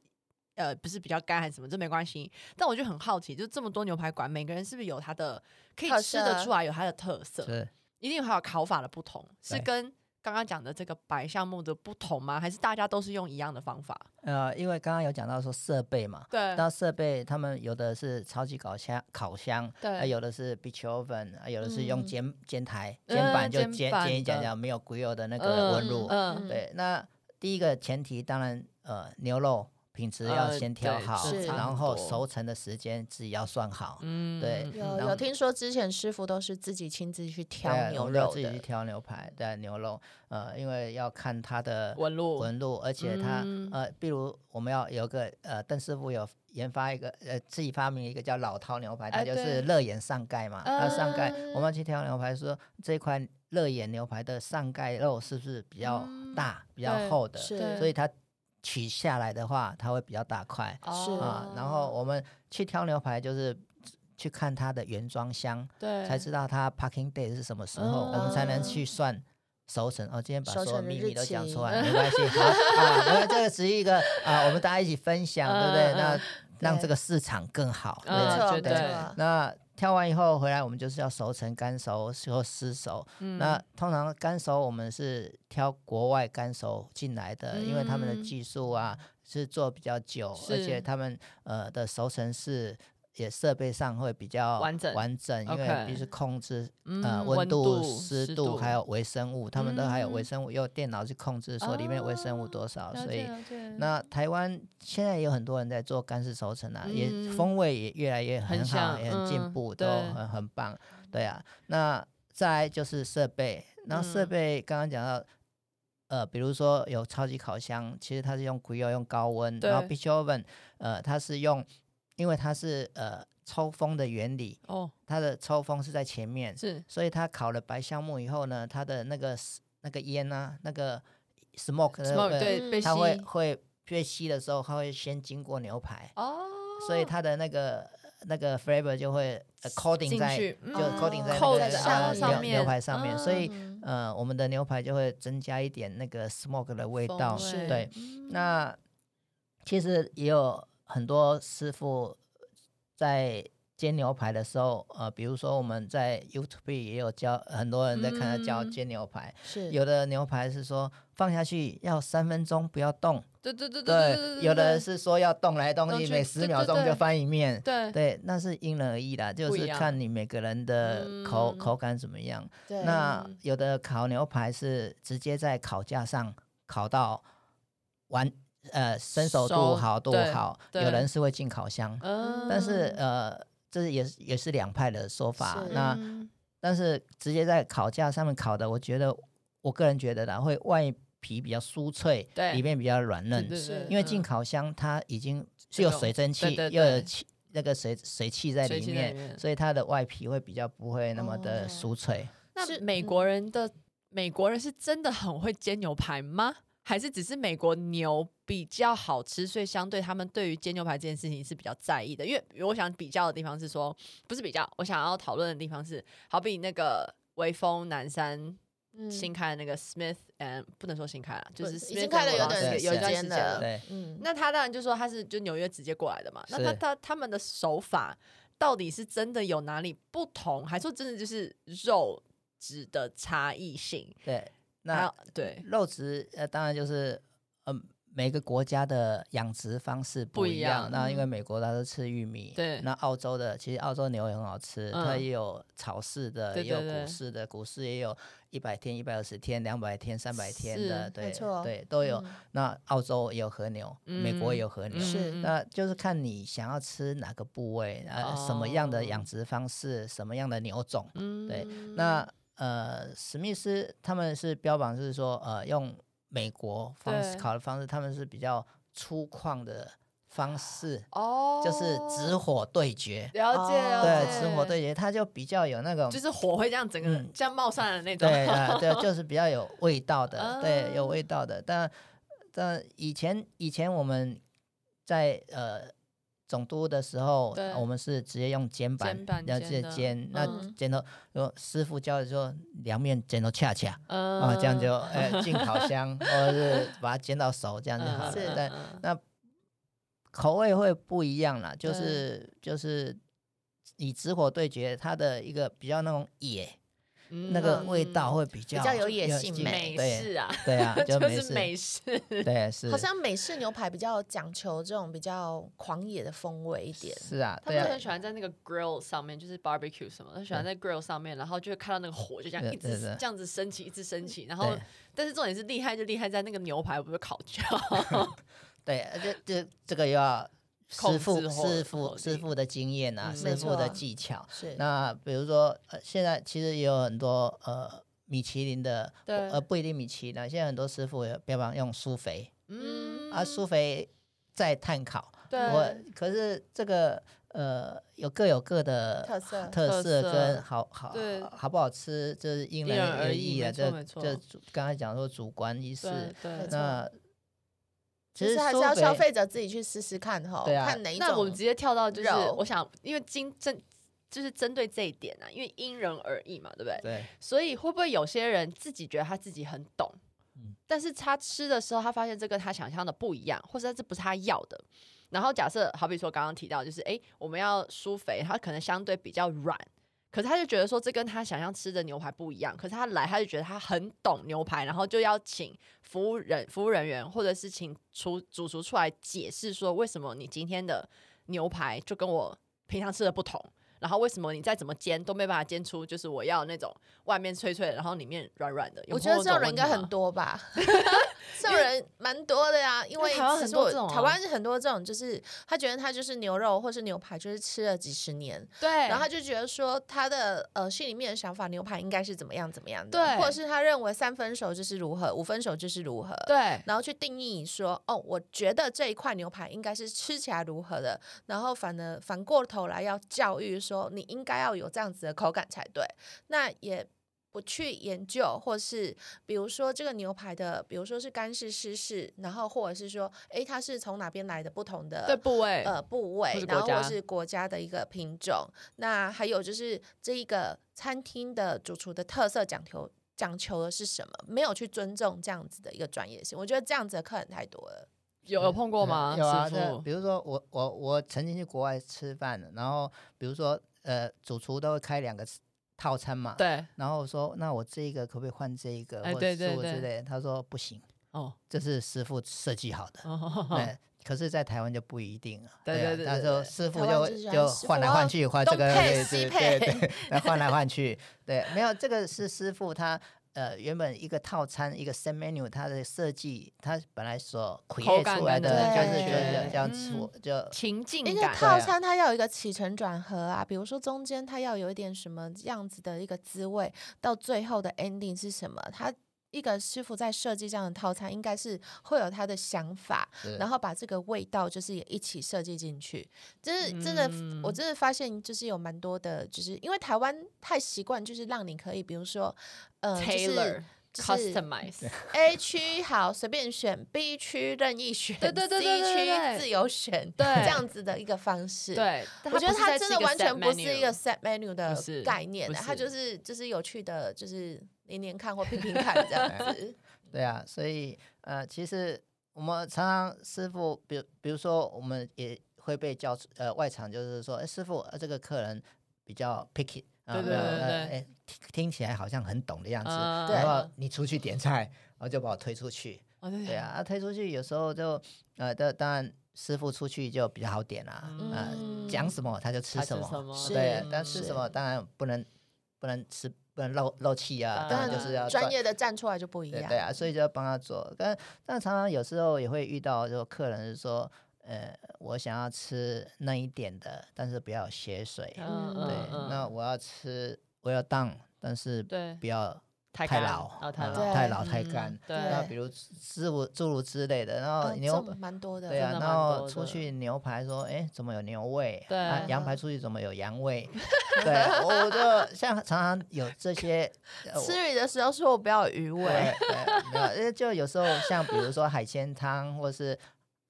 D: 呃，不是比较干还是什么，这没关系。但我就很好奇，就这么多牛排馆，每个人是不是有他的可以
C: 特
D: 吃得
C: 色
D: 出来有它的特色？
E: 是
D: 一定还有烤法的不同，是
E: 对
D: 跟刚刚讲的这个白橡木的不同吗？还是大家都是用一样的方法？
E: 呃，因为刚刚有讲到说设备嘛。
D: 对
E: 那设备，他们有的是超级烤箱，烤箱，
D: 对
E: 啊有的是 beach oven，啊有的是用
C: 嗯
E: 煎煎台，
D: 嗯
E: 煎板就
D: 煎
E: 煎
D: 板
E: 煎一煎
D: 的
E: 讲没有 grill 的那个
D: 嗯
E: 温度，
D: 嗯
E: 对，那第一个前提当然呃，牛肉品质要
D: 呃
E: 先挑
D: 对
E: 好，
C: 这是
E: 然后
D: 差不多
E: 熟成的时间自己要算好。
D: 嗯
E: 对
D: 嗯
C: 有
E: 然
C: 有
E: 后
C: 听说之前师傅都是自己亲自去挑
E: 对，
C: 牛
E: 我们要
C: 肉
E: 自己去
C: 的，
E: 挑牛排，对牛肉，呃，因为要看它的
D: 纹路
E: 纹路，而且它、
D: 嗯
E: 呃，比如我们要有个呃，邓师傅有研发一个呃，自己发明一个叫老饕牛排，它
D: 哎
E: 就
D: 对
E: 是热眼上盖嘛，它上盖我
C: 嗯
E: 们要去挑牛排说这块热眼牛排的上盖肉是不是比较
D: 嗯
E: 大、比较
D: 对
E: 厚的，
C: 是
D: 对
E: 所以它取下来的话，它会比较大块
D: 哦
C: 是
E: 啊。然后我们去挑牛排就是去看它的原装箱，
D: 对
E: 才知道它 packing day 是什么时候，我们才能去算。熟成哦，今天把
C: 嗯熟
E: 所有
C: 成的
E: 秘
C: 日
E: 密都讲
C: 期
E: 出 来，没关系。好啊，因为这个是一个啊，我们大家一起分享，对不对？
D: 嗯
E: 那
D: 嗯
E: 让这
C: 对
E: 个市场更好。
D: 嗯
E: 对
C: 没错
D: 绝
C: 没
D: 对
C: 错，
E: 那挑完以后回来，我们就是要熟成、干熟或湿熟。
D: 嗯
E: 那通常干熟我们是挑国外干熟进来的，因为他们
D: 嗯
E: 的技术啊是做比较久，而
D: 是
E: 且他们呃的熟成是。也设备上会比较
D: 完整
E: 完整，因
D: OK
E: 为必须控制呃
D: 嗯
E: 温
D: 度、
E: 湿
D: 湿
E: 度还有微生物，他们都还有
D: 嗯
E: 微
D: 哦
E: 生物，用电脑去控制说里面微生物多少，
D: 了
E: 所
D: 解
E: 以
D: 了解
E: 那台湾现在也有很多人在做干式熟成啊，也
D: 嗯
E: 风味也越来越
D: 很
E: 很好，
D: 像
E: 也很进
D: 嗯
E: 步，
D: 对
E: 都很很棒。对啊，那再来就是设备，然后设
D: 嗯
E: 备刚刚讲到。呃，比如说有超级烤箱，其实它是用 grill 用高温，然后
D: 对
E: b i c h oven，呃，它是用因为它是呃抽风的原理，
D: 哦，
E: 它的抽风是在前面，
D: 是
E: 所以它烤了白橡木以后呢，它的那个 s- 那个烟啊，那个 smoke，的
D: smoke
E: 那个
D: 对
C: 嗯
D: 被吸
E: 它会会被吸的时候，它会先经过牛排，
D: 哦，
E: 所以它的那个那个 flavor 就会呃 coating
D: 进
E: 在
D: 去
E: 就
C: 嗯
E: coating 在那
D: 扣
E: 个
C: 在
E: 呃
C: 上
E: 牛牛
D: 面
E: 排上面，所以
C: 嗯
E: 呃我们的牛排就会增加一点那个 smoke 的味
D: 风
E: 道，
D: 味
E: 对，
C: 嗯
E: 那其实也有很多师傅在煎牛排的时候，呃，比如说我们在 YouTube 也有教很多人在看他教
D: 嗯
E: 煎牛排，
C: 是
E: 有的牛排是说放下去要三分钟不要动，
D: 对对对对，
E: 有的是说要动来动
D: 动
E: 去，
D: 去
E: 每十
D: 对
E: 秒
D: 对
E: 钟就
D: 对
E: 翻一面。
D: 对
E: 对，那是因人而异啦，就
D: 不一
E: 是
D: 样
E: 看你每个人的口、口感怎么样。
C: 对
E: 那
D: 嗯
E: 有的烤牛排是直接在烤架上烤到完，呃，生熟度
D: 熟
E: 好度
D: 对
E: 好，有
D: 对
E: 人是会进烤箱，
D: 嗯，
E: 但是呃，这也是也是两派的说法
C: 是。
E: 那
D: 嗯
E: 但是直接在烤架上面烤的，我觉得我个人觉得啦，会外皮比较酥脆，
D: 对
E: 里面比较软嫩，
D: 对对对
E: 因为进
D: 嗯
E: 烤箱它已经是
D: 这
E: 有
D: 种
E: 水蒸
D: 对
E: 气，
D: 对
E: 又有
D: 对
E: 气那个水水汽在
D: 水
E: 里
D: 汽在
E: 面，
D: 里面
E: 所以它的外皮会比较不会那么
C: 哦
E: 的酥脆。
D: 那
C: 是
D: 美
C: 嗯
D: 国人的美国人是真的很会煎牛排吗？还是只是美国牛比较好吃，所以相对他们对于煎牛排这件事情是比较在意的？因为我想比较的地方是说，不是比较，我想要讨论的地方是，好比那个微风南山
C: 嗯
D: 新开的那个 Smith，嗯、不能说新开了，就
C: 不
D: 是
C: 已
D: Smith
C: 经开了
D: and
C: 有
D: Wesson
E: 段
D: 有一
E: 时
D: 段
C: 间
D: 时间
C: 了
D: 了，
E: 对，
C: 嗯
D: 那他当然就说他是就纽约直接过来的嘛，那他
E: 是
D: 他他们的手法到底是真的有哪里不同，还说真的就是肉质的差异性？
E: 对，
D: 还
E: 那
D: 有对
E: 肉质呃，当然就是嗯、每个国家的养殖方式
D: 不
E: 不
D: 一
E: 一样。
D: 样嗯
E: 那因为美国它是吃玉米，
D: 对
E: 那澳洲的其实澳洲牛也很好吃，它
D: 嗯
E: 也有草饲的，
D: 对
E: 也有
D: 对对
E: 谷饲的，谷饲也有一百天、一百二十天、两百天、三百天的，
D: 是
E: 对
C: 没错
E: 对都有。
C: 嗯
E: 那澳洲也有和牛，美国也有
D: 嗯
E: 和牛。
C: 是
E: 那就是看你想要吃哪个部位，呃，什么样
D: 哦
E: 的养殖方式，什么样的牛种，
D: 嗯
E: 对，那呃，史密斯他们是标榜是说，呃，用美国方式
D: 对
E: 烤的方式，他们是比较粗犷的方式，
D: 哦
E: 就是直火对决，
D: 了解
C: 哦
D: 了
E: 对，
D: 解
E: 直火对决，它就比较有那种，
D: 就是火会这样整个
E: 嗯
D: 这样冒上来的那种，
E: 对啊，对，就是比较有味道的，对，有
D: 啊
E: 味道的。但但以前以前我们在呃总督的时候，
D: 对
E: 我们是直接用煎板，
D: 煎板
E: 然后直
D: 煎
E: 接
D: 的
E: 煎，那
C: 嗯
E: 煎到有师傅教的说两面煎到恰恰。
D: 嗯
E: 啊，这样就哎进烤箱，或者是把它煎到熟，这样就好了。
C: 是
E: 但
D: 嗯
E: 口味会不一样啦，就
D: 对
E: 是就是以直火对决，它的一个比较那种野，
D: 嗯
E: 那个味道会比较
C: 较有野性
E: 劲
D: 美式
E: 对
D: 啊，
E: 对 啊，就美
D: 就是
E: 式
D: 美式，
E: 对是，
C: 好像美式牛排比较讲求这种比较狂野的风味一点，
E: 是啊，
D: 他
E: 对
D: 们
E: 啊
D: 很，喜欢在那个 grill 上面，就是 barbecue 什么，他喜欢在 grill 上面，然后就会看到那个火就这样
E: 对
D: 一
E: 对
D: 直
E: 对
D: 这样子升起，一直升起。然后
E: 对，
D: 但是重点是厉害就厉害在那个牛排不是烤 焦，
E: 对，这这这个又要师
D: 呃控
E: 傅
D: 制火
E: 师傅
D: 火
E: 师
D: 力
E: 傅的经验啊，
D: 嗯
E: 师
C: 没
E: 傅的
C: 错
E: 技巧。
C: 是
E: 那比如说，呃，现在其实也有很多呃米其林的，
D: 对
E: 呃不一定米其林，现在很多师傅也标榜用苏肥，
D: 嗯
E: 啊苏肥在炭烤，我
D: 对
E: 可是这个呃有各有各的
C: 特色
E: 特
D: 特
E: 色
D: 色
E: 跟好好
D: 对
E: 好不好吃，就是因
D: 因
E: 人
D: 人而
E: 异
D: 异
E: 啊。
D: 没错
E: 这
D: 没错
E: 这主刚才讲说主观意识，
D: 对对
C: 没错。
E: 那
C: 其实还是
E: 苏
C: 要消
E: 北
C: 费者自己去试试看哈，
E: 对啊
C: 看哪一种。
D: 那我们直接跳到就是
C: 肉，
D: 我想因为今针就是针对这一点啊，因为因人而异嘛，对不对？
E: 对
D: 所以会不会有些人自己觉得他自己很懂，
E: 嗯
D: 但是他吃的时候，他发现这跟他想象的不一样，或者这不是他要的。然后假设好比说刚刚提到，就是诶，我们要舒肥，它可能相对比较软，可是他就觉得说这跟他想象吃的牛排不一样。可是他来他就觉得他很懂牛排，然后就要请服务人服务人员或者是请厨主厨出来解释说为什么你今天的牛排就跟我平常吃的不同。然后为什么你再怎么煎都没办法煎出就是我要那种外面脆脆的，然后里面软软的？有
C: 我
D: 碰
C: 觉得
D: 过
C: 这种人
D: 问
C: 应
D: 题
C: 该很
D: 吗，
C: 多 吧，这种人蛮多的呀、因
D: 为
C: 为
D: 台湾
C: 其
D: 很
C: 实
D: 多
C: 我
D: 这种
C: 台
D: 啊
C: 湾很多这种，就是他觉得他就是牛肉或是牛排，就是吃了几十年，
D: 对，
C: 然后他就觉得说他的呃心里面的想法，牛排应该是怎么样怎么样的，
D: 对
C: 或者是他认为三分熟就是如何，五分熟就是如何，
D: 对
C: 然后去定义你说，哦，我觉得这一块牛排应该是吃起来如何的，然后反而反过头来要教育说，你应该要有这样子的口感才对。那也不去研究，或是比如说这个牛排的，比如说是干式、湿式，然后或者是说，诶，它是从哪边来的不同的
D: 对部位，
C: 呃部
D: 或
C: 位
D: 是，
C: 然
D: 国
C: 后或
D: 家
C: 是国家的一个品种。那还有就是这一个餐厅的主厨的特色讲求讲求的是什么？没有去尊重这样子的一个专业性，我觉得这样子的客人太多了。
D: 有有碰过
E: 嗯
D: 吗？
E: 有啊，
D: 师
E: 这
D: 傅
E: 比如说我我我曾经去国外吃饭的，然后比如说呃，主厨都会开两个 s- 套餐嘛，，
D: 对
E: 然后我说那我这一个可不可以换这一个，
D: 哎
E: 或
D: 对
E: 者
D: 对
E: 是我之
D: 对
E: 类的，他说不行，
D: 哦，
E: 这是师傅设计好的，
D: 哦
E: 对。可是，在台湾就不一定了。
D: 对
E: 啊
D: 对对
E: 他
D: 对
E: 说
D: 对
E: 师傅
C: 台湾就
E: 就
C: 是喜欢
E: 就
C: 师
E: 换
C: 傅
E: 来
C: 要
E: 换去，换这
C: 东
E: 个
C: 配
E: 对
C: 西
E: 对对
C: 配
E: 对，那换来换去，对，没有这个是师傅他呃原本一个套餐一个 set menu 它的设计，它本来所 create
D: 感
E: 出来
D: 跟
E: 的就
C: 感
E: 是
C: 觉
E: 就是这样
D: 嗯
E: 出就
D: 情境
C: 一个
D: 感，
C: 套
E: 对啊
C: 餐它要有一个起承转合啊，比如说中间它要有一点什么样子的一个滋味，到最后的 ending 是什么？它一个师傅在设计这样的套餐，应该是会有他的想法，
E: 是
C: 然后把这个味道就是也一起设计进去。就是真的，我
D: 嗯
C: 真的发现就是有蛮多的，就是因为台湾太习惯，就是让你可以，比如说，呃，就
D: Taylor
C: 是。就是
D: customize，
C: A 区好随便选，B 区任意选，
D: 对对对对对对
C: c
D: 对
C: 区自由选，
D: 对
C: 这样子的一个方式。，
D: 对，
C: 我觉得它
D: 它
C: 真的完全不是一个 set menu 的
D: 不是
C: 概念
D: 不
C: 的，它就是是就是有趣的，就是连连看或拼拼看这 样子。
E: 对啊，所以呃，其实我们常常师傅，比如比如说，我们也会被叫出呃外场，就是说，哎，师傅、呃，这个客人比较 picky 啊、
D: 对对
E: 呃
D: 对对
E: 呃哎听听起来好像很懂的样子，
D: 啊
E: 然后
C: 对
E: 你出去点菜，然后就把我推出去，
D: 哦对
E: 对啊，，啊推出去有时候就呃，当当然师傅出去就比较好点啦、啊，
C: 嗯
E: 讲什么他就吃
D: 他
E: 什
D: 吃
E: 么，
D: 什么
E: 对
C: 是，
E: 但吃
C: 是
E: 什么当然不能不能吃。不能漏漏气啊！当
C: 当
E: 然
C: 然
E: 就是要
C: 专
E: 赚
C: 业的站出来就不一
E: 对
C: 样。
E: 对啊，
D: 嗯
E: 所以就要帮他做。但但常常有时候也会遇到，就客人是说，呃，我想要吃嫩一点的，但是不要有血水。
D: 嗯
E: 对，
D: 嗯嗯，
E: 那我要吃我要当，但是
D: 对
E: 不要
D: 太
E: 太
D: 干
E: 老，
D: 哦太
E: 呃
D: 老
E: 太老太
D: 嗯
E: 干。
D: 对
E: 那比如诸如诸如之类的，然后
C: 哦，这
E: 牛
C: 种蛮多的。
E: 对啊，
D: 真的
E: 然
D: 蛮
E: 后
D: 多
E: 出
D: 的
E: 去牛排说，哎，怎么有牛味？
D: 对
E: 啊，羊排
C: 嗯
E: 出去怎么有羊味？ 对， 我我就像常常有这些，呃我
C: 吃鱼的时候说我不要有鱼味，
E: 对，对没有，因为呃就有时候像比如说海鲜汤或是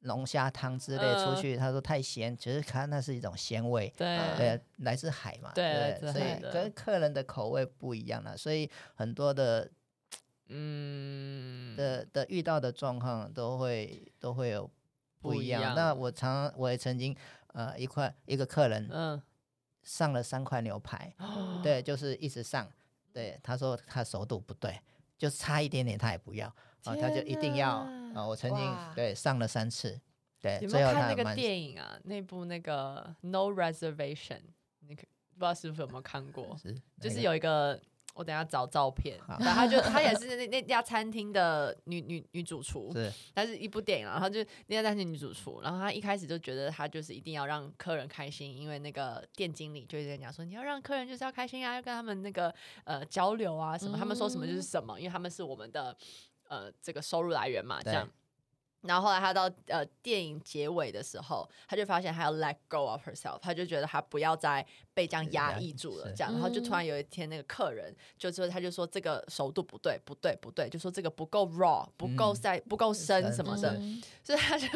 E: 龙虾汤之类出
D: 嗯
E: 去，他说太咸，其实它那是一种鲜味。
D: 对
E: 对，来自海嘛，
D: 对来
E: 对
D: 自
E: 所
D: 海
E: 以
D: 的
E: 跟客人的口味不一样了，所以很多的
D: 嗯
E: 的的遇到的状况都会都会有不
D: 不
E: 一
D: 一
E: 样。
D: 样
E: 那我常我也曾经呃一块一个客人
D: 嗯，
E: 上了三块牛排，
D: 哦
E: 对，就是一直上。对，他说他熟度不对，就差一点点他也不要啊，他就一定要
D: 天
E: 啊。我曾经
C: 哇
E: 对上了三次，对，
D: 有没
E: 最
D: 有
E: 后
D: 看
E: 他
D: 那
E: 也
D: 个
E: 蛮
D: 电影啊？那部那个 No Reservation，那个不知道师傅有没有看过？
E: 是
D: 就
E: 那
D: 是
E: 个
D: 有一个，我等一下找照片。
E: 好
D: 然后他就他也是那那家餐厅的女女女主厨，
E: 是
D: 它是一部电影啦，然后就那家餐厅女主厨，然后她一开始就觉得她就是一定要让客人开心，因为那个店经理就一直在讲说，你要让客人就是要开心啊，要跟他们那个呃交流啊什么，他们说什么就是什么，因为他们是我们的呃这个收入来源嘛，这
E: 对
D: 样。然后后来她到呃电影结尾的时候，她就发现她要 let go of herself，她就觉得她不要再被这样压
E: 压抑
D: 抑住了，
E: 是
D: 这样。然后就
C: 嗯
D: 突然有一天，那个客人就说，他就说这个熟度不对，不对，不对，就说这个不够 raw，不够
E: 嗯
D: 晒，不够深什么
E: 是
D: 的。
C: 嗯
D: 所以他就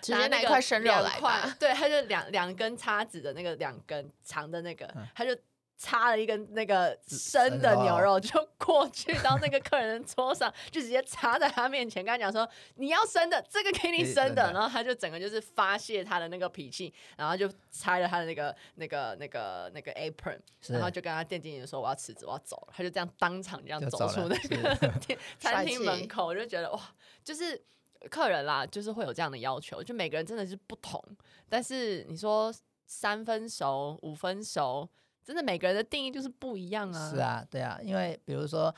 C: 直
D: 拿
C: 接
D: 那
C: 拿一
D: 个
C: 块生肉
D: 两
C: 来
D: 块
C: 吧，
D: 对，他就两两根叉子的那个两根长的那个，他就插了一根那个生的
E: 生
D: 牛
E: 肉
D: 肉，就过去到那个客人的桌上，就直接插在他面前，跟他讲说你要生的，这个给你
E: 给你
D: 生
E: 生
D: 的，
E: 的
D: 然后他就整个就是发泄他的那个脾气，然后就拆了他的那个那个那个那个 apron，
E: 是
D: 然后就跟他店经理说我要辞职，我要走了，他就这样当场这样
E: 就
D: 走
E: 走
D: 出
E: 了
D: 那
E: 是
D: 个店餐
C: 帅
D: 厅
C: 气
D: 门口，我就觉得哇，就是客人啦，就是会有这样的要求，就每个人真的是不同。但是你说三分熟、五分熟，真的每个人的定义就是不一样啊。
E: 是，啊，对啊，因为比如说，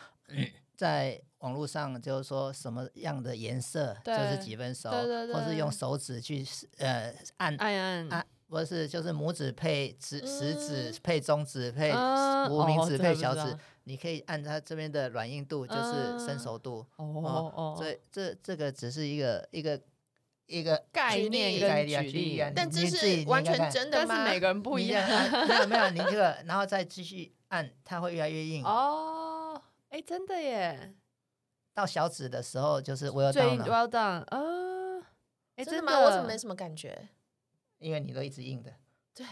E: 在网络上就是说什么样的颜色就是
D: 对
E: 几分熟，
D: 对对
E: 或是用
D: 对
E: 手指去呃按
D: 哎呀，
E: 啊，或是就是拇指配食食指
C: 嗯
E: 配中指配
D: 嗯
E: 无名
D: 哦
E: 指
D: 这个
E: 配
D: 不
E: 小
D: 知
E: 指
D: 道，
E: 你可以按它这边的软硬度，就是
D: 嗯
E: 生熟度。
D: 哦哦哦，
E: 所以这这个只是一个一个一个
D: 概
C: 举
D: 念
C: 例
D: 跟
E: 概念啊
D: 举
E: 举例啊
C: 但
E: 你
C: 这
E: 你自己
C: 是
E: 你
C: 完
E: 看
C: 全
E: 看
C: 真的
D: 但是
C: 吗？
D: 每个人不
E: 你
D: 一
E: 这
D: 样。
E: 按没有没有，你这个然后再继续按，它会越来越硬。
D: 哦，哎，真的耶，
E: 到小指的时候就是我有到
D: 最
E: 了，
D: well done 啊！哎，
C: 真的
D: 真
C: 吗？我怎么没什么感觉？
E: 因为你都一直硬的，
C: 就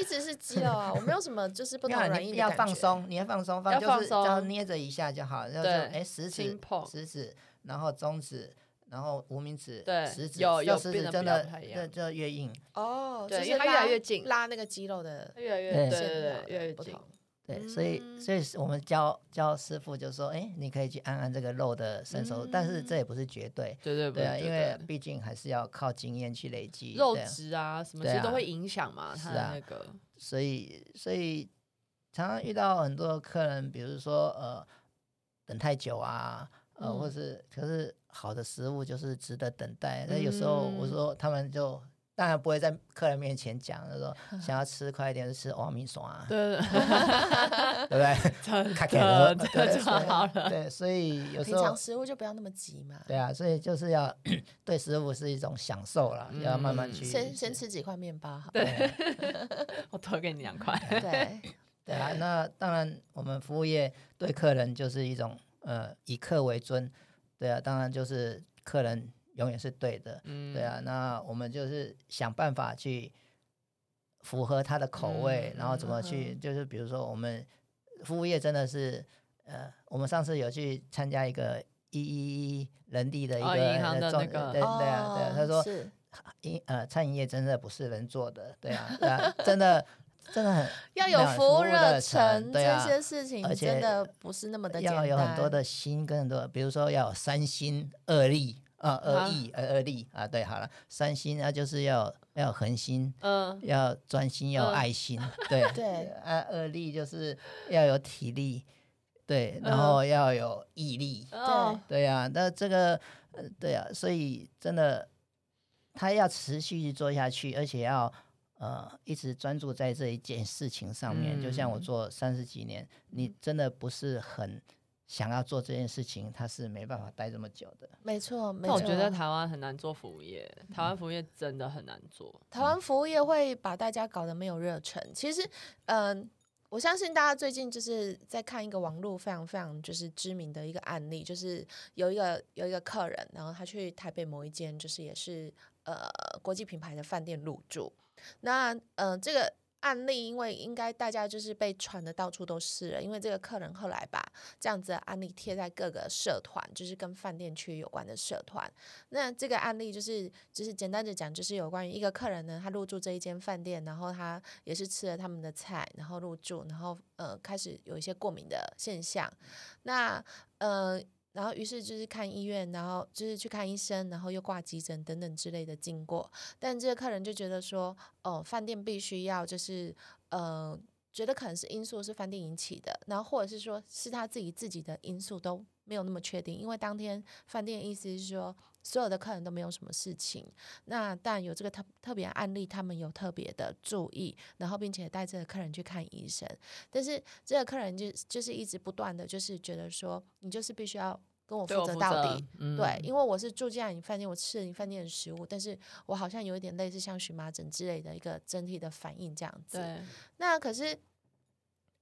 C: 一直是肌肉啊，我没有什么就是不
E: 没
C: 同
E: 有啊
C: 软
E: 你
C: 硬的
E: 要
C: 感觉
E: 放，松，你要放松，放
D: 要
E: 就是
D: 放
E: 只要
D: 松
E: 捏着一下就好，就是
D: 对
E: 哎食指
D: 轻碰
E: 食指，然后中指。然后无名指、
D: 对
E: 食指，
D: 有
E: 要
D: 有
E: 食
D: 变
E: 指
D: 得
E: 真
D: 比较
E: 的
D: 不太一
E: 就
D: 样
E: 就越硬，
C: 哦，
D: 对
C: 就是
D: 因为它越来
C: 拉
D: 越紧
C: 拉那个肌肉的
D: 越来越对
E: 对
D: 对
C: 线条
D: 对，越来
C: 的
D: 越
C: 不
D: 紧
C: 同。。
E: 对，所以所以是我们教教师傅就说，哎，你可以去按按这个肉的伸手，但是这也不是绝对，
D: 对对
E: 对啊，因为
D: 对
E: 毕竟还是要靠经验去累积
D: 肉
E: 对啊
D: 质啊什么，
E: 对
D: 其实都
E: 啊
D: 会影响嘛，它
E: 是
D: 的
E: 啊
D: 那个
E: 所以所以常常遇到很多客人，比如说呃等太久啊，呃，或
C: 嗯
E: 是可是好的食物就是值得等待。那有时候我说他们就当然不会在客人面前讲，就说想要吃快一点就吃欧米爽啊，对
D: 对，
E: 不对？
D: 真
E: 卡 卡
D: 的
E: 对
D: 呃这就
E: 所以
D: 好了。
E: 对，所以有时
C: 平
E: 候
C: 常。食物就不要那么急嘛，
E: 对啊，所以就是要 对食物是一种享受啦，要慢慢
D: 嗯
E: 去
C: 先先吃几块面包好。
E: 对啊
D: 我多给你两块。
C: 对，
E: 对啊，那当然，我们服务业对客人就是一种呃以客为尊，对啊，当然就是客人永远是对的，
D: 嗯
E: 对啊，那我们就是想办法去符合他的口味，
D: 嗯
E: 然后怎么去，就是比如说我们服务业真的是呃，我们上次有去参加一个。一一一人力的一个、
D: 哦银行的
E: 重
D: 那个
E: 对对啊对啊，他说
C: 哦是
E: 饮呃餐饮业真的不是人做的，对啊，对啊真的真的很
C: 要有
E: 服
C: 服务热
E: 热
C: 忱，
E: 对
C: 这
E: 啊，
C: 些事情
E: 而
C: 真
E: 且
C: 的不是那么的简
E: 要
C: 单，
E: 有很多的心跟很多，比如说要有三心二力啊，
D: 啊
E: 二意呃二力啊，对，好了，三心啊就是要要有恒心，
D: 嗯，
E: 要专心，要有
D: 嗯
E: 爱心，对
C: 对
E: 啊，二力就是要有体力，对，然
D: 嗯
E: 后要有毅力，
D: 哦，
E: 对呀、啊，那这个，呃，对呀、啊，所以真的，他要持续做下去，而且要呃一直专注在这一件事情上面。就像我
D: 嗯
E: 做三十几年，你真的不是很想要做这件事情，他是没办法待这么久的。
C: 没错，没
D: 但
C: 错。
D: 我
E: 啊
D: 觉得台湾很难做服务业，
E: 嗯
D: 台湾服务业真的很难做。
C: 台湾服务业会把大家搞得没有热忱。其实，嗯、我相信大家最近就是在看一个网络非常非常就是知名的一个案例，就是有一个有一个客人，然后他去台北某一间就是也是呃国际品牌的饭店入住，那嗯、呃这个。案例，因为应该大家就是被传的到处都是了，因为这个客人后来把这样子的案例贴在各个社团，就是跟饭店区有关的社团，那这个案例就是，就是简单的讲，就是有关于一个客人呢，他入住这一间饭店，然后他也是吃了他们的菜，然后入住，然后呃开始有一些过敏的现象。那呃，然后于是就是看医院，然后就是去看医生，然后又挂急诊等等之类的经过。但这个客人就觉得说，哦、饭店必须要就是呃。觉得可能是因素是饭店引起的，然后或者是说是他自己自己的因素都没有那么确定，因为当天饭店的意思是说所有的客人都没有什么事情。那但有这个特特别案例，他们有特别的注意，然后并且带这个客人去看医生。但是这个客人就就是一直不断的就是觉得说，你就是必须要跟我
D: 对我
C: 负责到底。，
D: 嗯
C: 对，因为我是住进来你饭店，我吃了你饭店的食物，但是我好像有一点类似像荨麻疹之类的一个整体的反应这样子。
D: 对，
C: 那可是，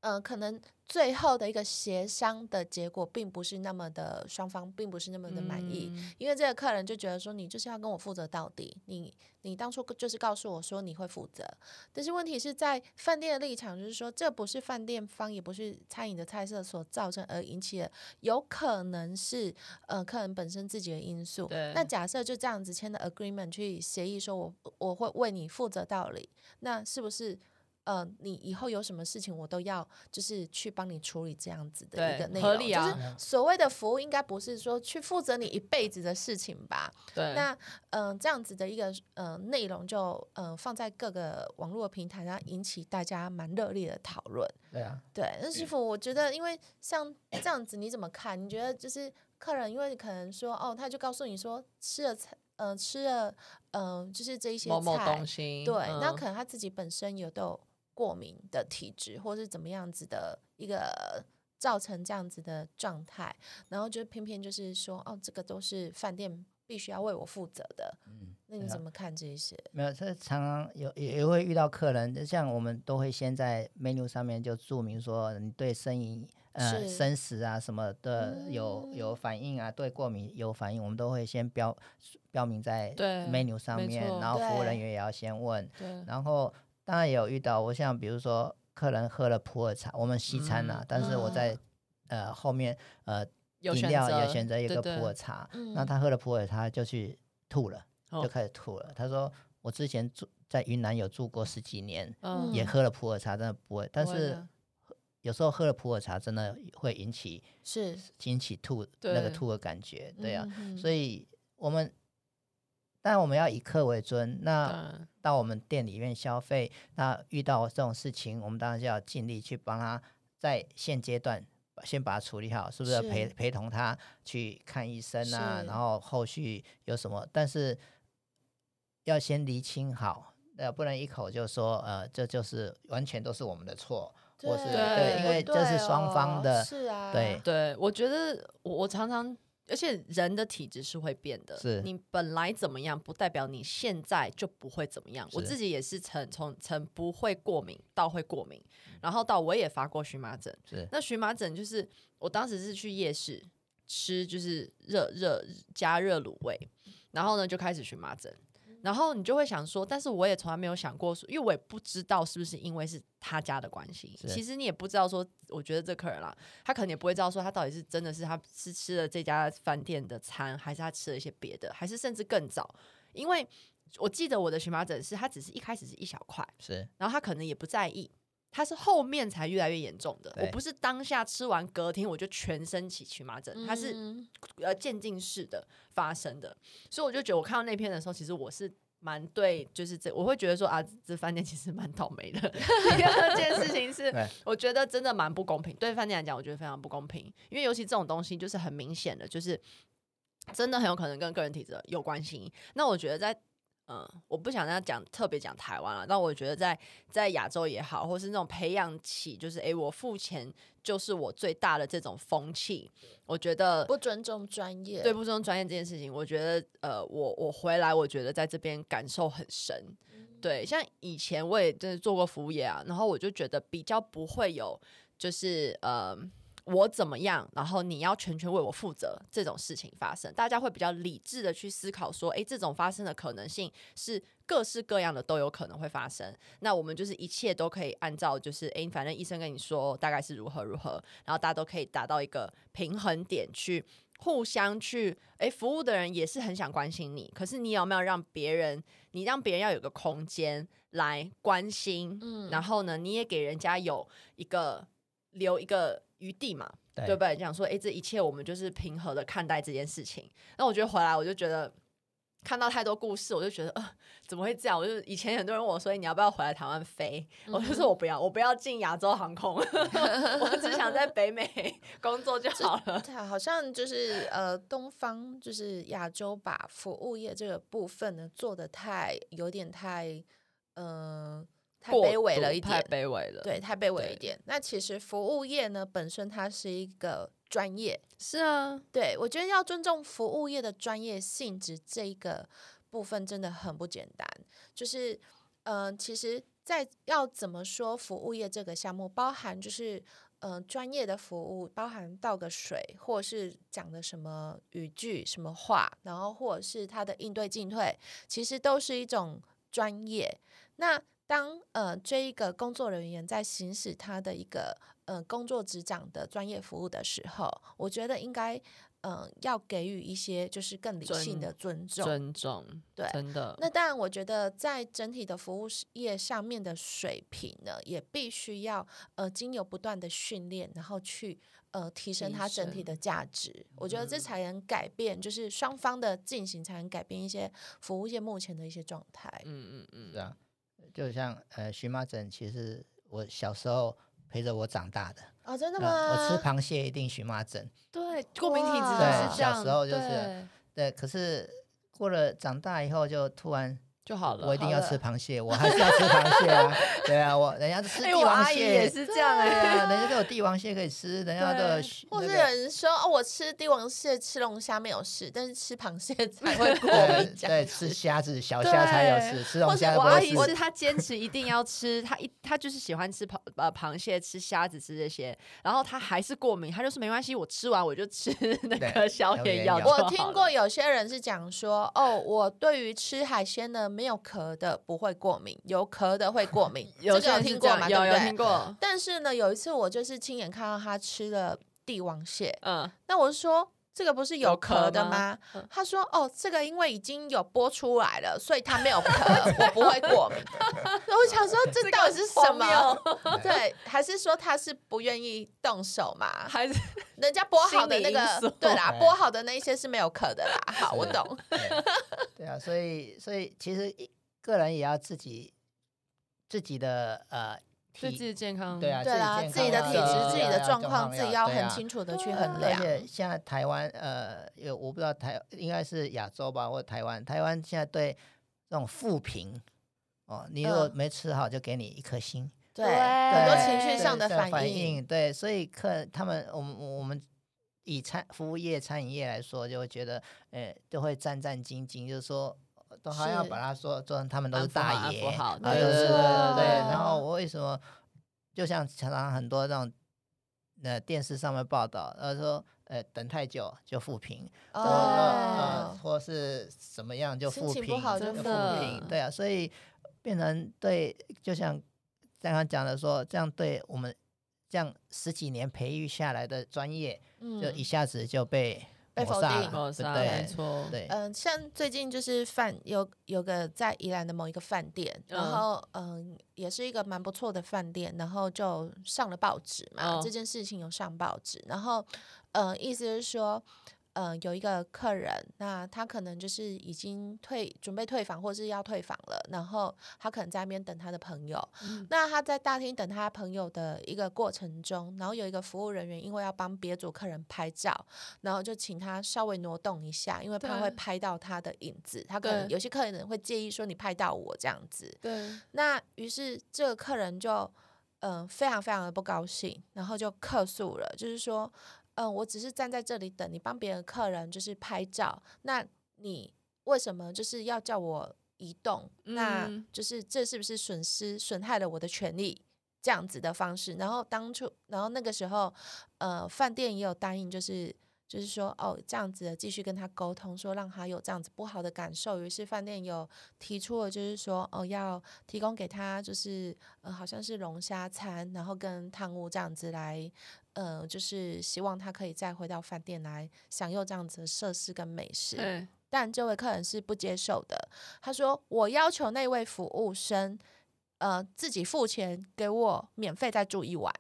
C: 呃，可能最后的一个协商的结果，并不是那么的双方并不是那么的满意，
D: 嗯
C: 因为这个客人就觉得说，你就是要跟我负责到底，你你当初就是告诉我说你会负责，但是问题是在饭店的立场，就是说这不是饭店方，也不是餐饮的菜色所造成而引起的，有可能是呃客人本身自己的因素。
D: 对
C: 那假设就这样子签的 agreement 去协议，说我我会为你负责到底，那是不是呃，你以后有什么事情，我都要就是去帮你处理这样子的
D: 对
C: 一个内容。
D: 合理啊
C: 就是所谓的服务，应该不是说去负责你一辈子的事情吧？
D: 对，
C: 那嗯、呃这样子的一个呃内容就呃放在各个网络平台上，引起大家蛮热烈的讨论。
E: 对啊，
C: 对，那师傅，我觉得因为像这样子，你怎么看？你觉得就是客人，因为可能说哦，他就告诉你说吃了菜，呃，吃了，嗯、就是这一些
D: 某某
C: 菜
D: 东西，
C: 对，那
D: 嗯
C: 可能他自己本身有都有过敏的体质，或是怎么样子的一个造成这样子的状态，然后就偏偏就是说，哦，这个都是饭店必须要为我负责的，
E: 嗯，
C: 那你
E: 对啊
C: 怎么看这些？
E: 没有，这常常有也也会遇到客人，就像我们都会先在 menu 上面就注明说你对生饮、呃
C: 是
E: 生食啊什么的有有
C: 嗯
E: 反应啊，对过敏有反应，我们都会先标标明在
D: 对
E: menu 上
D: 没
E: 面，
D: 错嗯
E: 然后服务人
C: 对
E: 员也要先问，
D: 对
E: 然后当然也有遇到，我像比如说客人喝了普洱茶，我们西餐啊，
D: 嗯
E: 但是我
C: 嗯
E: 在呃后面呃
D: 有
E: 饮
D: 选
E: 料也
D: 择
E: 选择一
D: 对
E: 个
D: 对
E: 普洱茶，那
C: 嗯
E: 他喝了普洱茶就去吐了，
D: 哦
E: 就开始吐了。他说我之前住在云南有住过十几年，
D: 嗯
E: 也
C: 嗯
E: 喝了普洱茶，真的不会，但
D: 不会
E: 是
D: 的。
E: 有时候喝了普洱茶，真的会引起
C: 是，
E: 引起吐那
D: 对
E: 个吐的感觉，对啊，
C: 嗯
E: 所以我们，但我们要以客为尊。那
D: 嗯
E: 到我们店里面消费，那遇到这种事情，我们当然就要尽力去帮他，在现阶段先把它处理好，是不是
C: 是
E: 陪陪同他去看医生啊？
C: 是
E: 然后后续有什么，但是要先厘清好，呃，不能一口就说，呃，这就是完全都是我们的错，或是
D: 对
E: 因为
C: 不
E: 这是
C: 对
E: 双方
C: 哦
E: 的
C: 是啊，
E: 对
D: 对，我觉得我我常常，而且人的体质是会变的，
E: 是
D: 你本来怎么样，不代表你现在就不会怎么样。我
E: 是
D: 自己也是曾从从不会过敏到会过敏，然后到我也发过荨麻疹。
E: 是
D: 那荨麻疹就是我当时是去夜市吃，就是热热加热卤味，然后呢就开始荨麻疹。然后你就会想说，但是我也从来没有想过说，因为我也不知道是不是因为是他家的关系。
E: 是
D: 其实你也不知道说，我觉得这客人啦，他可能也不会知道说他到底是真的是他是吃了这家饭店的餐，还是他吃了一些别的，还是甚至更早。因为我记得我的荨麻疹是它只是一开始是一小块，
E: 是
D: 然后他可能也不在意，他是后面才越来越严重的。
E: 对
D: 我不是当下吃完隔天我就全身起荨麻疹，它是
C: 嗯
D: 呃渐进式的发生的，所以我就觉得我看到那篇的时候，其实我是。蛮对，就是这，我会觉得说啊，这饭店其实蛮倒霉的。 第二件事情是
E: 对，
D: 我觉得真的蛮不公平，对饭店来讲，我觉得非常不公平，因为尤其这种东西就是很明显的，就是真的很有可能跟个人体质有关系。那我觉得在嗯，我不想要讲特别讲台湾了，但我觉得在在亚洲也好，或是那种培养起就是诶，我付钱就是我最大的这种风气，我觉得
C: 不尊重专业，
D: 对不尊重专业这件事情，我觉得呃，我我回来我觉得在这边感受很深。对，像以前我也真的做过服务业啊，然后我就觉得比较不会有就是呃我怎么样，然后你要全权为我负责这种事情发生，大家会比较理智的去思考说，诶，这种发生的可能性是各式各样的都有可能会发生。那我们就是一切都可以按照就是诶，反正医生跟你说大概是如何如何，然后大家都可以达到一个平衡点去。互相去，诶，服务的人也是很想关心你，可是你有没有让别人你让别人要有个空间来关心，
C: 嗯
D: 然后呢，你也给人家有一个留一个余地嘛，
E: 对
D: 对不对？讲说，哎，这一切我们就是平和的看待这件事情。那我觉得回来，我就觉得看到太多故事，我就觉得，呃，怎么会这样？我就以前很多人问我说，诶你要不要回来台湾飞？我就说我不要，我不要进亚洲航空， 我只想在北美 工作就好 了。
C: 对啊，好像就是呃，东方就是亚洲把服务业这个部分呢做的太有点太呃太卑微了一点，
D: 卑微了
C: 对，，太卑微了一
D: 对
C: 点。那其实服务业呢本身它是一个专业，
D: 是啊，
C: 对我觉得要尊重服务业的专业性质这一个部分真的很不简单，就是嗯、呃其实。在要怎么说服务业这个项目，包含就是嗯、呃专业的服务，包含倒个水，或是讲的什么语句、什么话，然后或者是他的应对进退，其实都是一种专业。那当呃这一个工作人员在行使他的一个呃工作职掌的专业服务的时候，我觉得应该嗯、呃要给予一些就是更理性的尊重。
D: 尊重，
C: 对
D: 真的。
C: 那当然，我觉得在整体的服务业上面的水平呢，也必须要呃经由不断的训练，然后去呃提升
D: 提
C: 它整体
D: 升
C: 的价值。我觉得这才能改变，就是双方的进行才能改变一些服务业目前的一些状态。
D: 嗯嗯嗯，
E: 是啊，就像呃荨麻疹，其实我小时候陪着我长大的，
C: 哦，真的
E: 呃
C: 吗？
E: 我吃螃蟹一定荨麻疹，
D: 对，过敏体质
C: 哇
D: 就是
E: 对
D: 这
E: 小
D: 样，
E: 时候就是
D: 对
E: 对，可是过了长大以后就突然。
D: 就好了。
E: 我一定
D: 好
E: 要
D: 了
E: 吃。螃蟹，我还是要吃螃蟹啊！对啊，我人家都吃
D: 哎，
E: 帝
D: 我
E: 王
D: 阿姨也
E: 蟹，
D: 是这样
E: 对
D: 哎，
E: 啊，人家都有帝王蟹可以吃，人家都有
D: 对
E: 许
C: 或
E: 那
C: 是有
E: 个
C: 人说哦，我吃帝王蟹、吃龙虾没有事，但是吃螃蟹 才会过
E: 对
C: 敏。这样
E: 对，吃虾子小虾才有
D: 对
E: 事，吃
D: 或
E: 龙
D: 是
E: 虾
D: 我
E: 不
D: 阿
E: 会
D: 姨
E: 吃。
D: 是她坚持一定要吃，她一她就是喜欢吃螃呃螃蟹、吃虾子、吃这些，然后她还是过敏，她就是没关系，我吃完我就 吃那
E: 对
D: 个消
E: 消
D: 炎
E: 炎
D: 药
E: 药
D: 就好了。。
C: 我听过有些人是讲说，哦，我对于吃海鲜呢，没有壳的不会过敏，有壳的会过敏
D: 有
C: 这
D: 些
C: 个
D: 人是
C: 听
D: 这
C: 过
D: 样
C: 嘛？
D: 有
C: 对
D: 有
C: 不
D: 听
C: 对？
D: 过，
C: 但是呢，有一次我就是亲眼看到他吃了帝王蟹，
D: 嗯，
C: 那我就说。这个不是有
D: 有壳
C: 壳的
D: 吗
C: 吗？
D: 嗯
C: 他说：“哦，这个因为已经有剥出来了，所以它没有 壳，我不会过敏。” 然后我想说，这到底是什么？ 对，还是说他是不愿意动手嘛？
D: 还是
C: 人家剥好的那
D: 心理因素
C: 个，对啦，
E: 对
C: 剥好的那一些是没有壳的啦。好，啊我
E: 是
C: 懂。
E: 对对啊，所以所以其实一个人也要自己自己的呃
D: 对自己
E: 体
D: 健康，
E: 对啊，
C: 对啦，
E: 健
C: 自己
E: 康
C: 的
E: 啊
C: 体质、自己的
E: 要
C: 状况，自己要
E: 对
C: 很
E: 啊
C: 清楚的去
D: 对
C: 衡
D: 啊
E: 而
C: 量。
E: 且现在台湾呃，有我不知道台应该是亚洲吧，或者台湾，台湾现在对这种负评哦，你如果
C: 嗯
E: 没吃好，就给你一颗星，
C: 对，
D: 对
C: 很多情绪
E: 对
C: 上的
E: 这
C: 反
E: 反
C: 应。
E: 应，对，所以客他们我们我们。以餐服务业、餐饮业来说，就会觉得，呃，就会战战兢兢，就是说，都还要
C: 是
E: 把它说做成他们都
D: 安
E: 是
D: 抚好
E: 大
D: 安
E: 爷，
D: 抚好
E: 啊
D: 对
E: 对对对
D: 没
E: 对对。
C: 错
E: 然后我为什么，就像常常很多那种，呃，电视上面报道，他说，呃，等太久就复评，然后呃，
C: 哦，
E: 或是怎么样就
C: 心
E: 复
C: 情
E: 评，
C: 不好就
E: 就
D: 真
E: 复
D: 的
E: 评，对啊，所以变成对，就像刚刚讲的说，这样对我们这样十几年培育下来的专业，就一
C: 嗯
E: 下子就被
C: 被
E: 抹
C: 否
E: 杀
C: 定
E: 了
D: 哦，是啊，没
E: 对
D: 错
E: 不，对，对，
C: 嗯，像最近就是饭有有个在宜兰的某一个饭店，然
D: 嗯
C: 后嗯，也是一个蛮不错的饭店，然后就上了报纸嘛，
D: 嗯
C: 这件事情有上报纸，然后嗯，意思是说。嗯，有一个客人，那他可能就是已经退，准备退房，或是要退房了，然后他可能在那边等他的朋友，
D: 嗯
C: 那他在大厅等他朋友的一个过程中，然后有一个服务人员因为要帮别组客人拍照，然后就请他稍微挪动一下，因为怕
D: 对
C: 会拍到他的影子。他可能
D: 对
C: 有些客人会介意说你拍到我这样子。
D: 对，
C: 那于是这个客人就嗯、呃非常非常的不高兴，然后就客诉了，就是说嗯、呃我只是站在这里等你帮别的客人就是拍照，那你为什么就是要叫我移动？那
D: 嗯
C: 就是这是不是损失损害了我的权利？这样子的方式，然后当初，然后那个时候，呃，饭店也有答应，就是就是说，哦，这样子的继续跟他沟通，说让他有这样子不好的感受。于是饭店有提出了，就是说，哦，要提供给他就是呃，好像是龙虾餐，然后跟汤屋这样子来，呃，就是希望他可以再回到饭店来享用这样子的设施跟美食。
D: 对，
C: 但这位客人是不接受的。他说：“我要求那位服务生，呃，自己付钱给我免费再住一晚。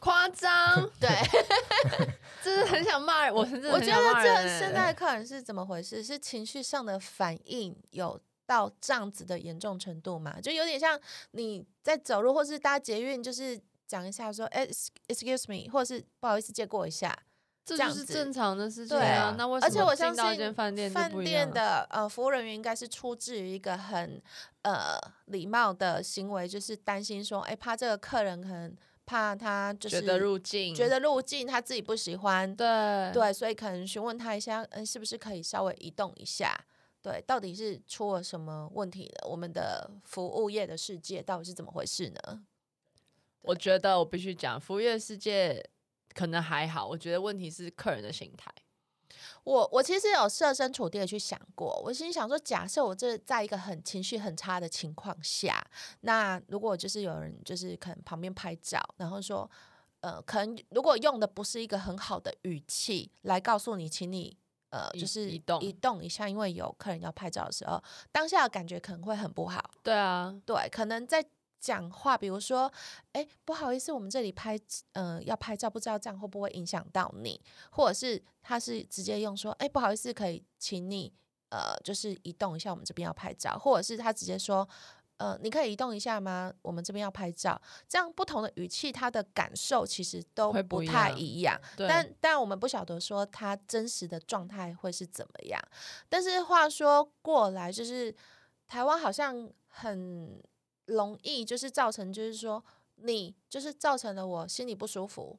D: 夸 张，
C: 对，
D: 真的很想骂人，我真的
C: 我
D: 很
C: 觉
D: 想
C: 得
D: 骂
C: 这
D: 人欸
C: 现在的客人是怎么回事？是情绪上的反应有到这样子的严重程度嘛？就有点像你在走路或是搭捷运，就是讲一下说，哎、e x c u s e me，或是不好意思借过一下。
D: 这
C: 这
D: 就
C: 样
D: 是
C: 子
D: 正常的事情
C: 对
D: 啊。那为什么
C: 而且我相
D: 进到一间
C: 信
D: 饭店就
C: 饭
D: 不一
C: 店
D: 样
C: 的呃服务人员应该是出自于一个很呃礼貌的行为，就是担心说，哎、怕这个客人可能怕他就是
D: 觉得入境，
C: 觉得入境他自己不喜欢，
D: 对
C: 对，所以可能询问他一下，嗯、是不是可以稍微移动一下？对，到底是出了什么问题呢？我们的服务业的世界到底是怎么回事呢？
D: 我觉得我必须讲，服务业世界可能还好，我觉得问题是客人的心态。
C: 我我其实有设身处地的去想过，我心想说，假设我这在一个很情绪很差的情况下，那如果就是有人就是可能旁边拍照，然后说，呃，可能如果用的不是一个很好的语气来告诉你，请你呃，
D: 移
C: 就是
D: 移动
C: 移动一下，因为有客人要拍照的时候，当下的感觉可能会很不好。
D: 对啊，
C: 对，可能在讲话，比如说，哎，不好意思，我们这里拍，嗯、要拍照，不知道这样会不会影响到你，或者是他是直接用说，哎，不好意思，可以请你，呃，就是移动一下，我们这边要拍照，或者是他直接说。呃，你可以移动一下吗？我们这边要拍照，这样不同的语气，他的感受其实都
D: 会
C: 不
D: 不一
C: 太
D: 样
C: 一样。
D: 对
C: 但但我们不晓得说他真实的状态会是怎么样。但是话说过来，就是台湾好像很容易，就是造成，就是说你就是造成了我心里不舒服，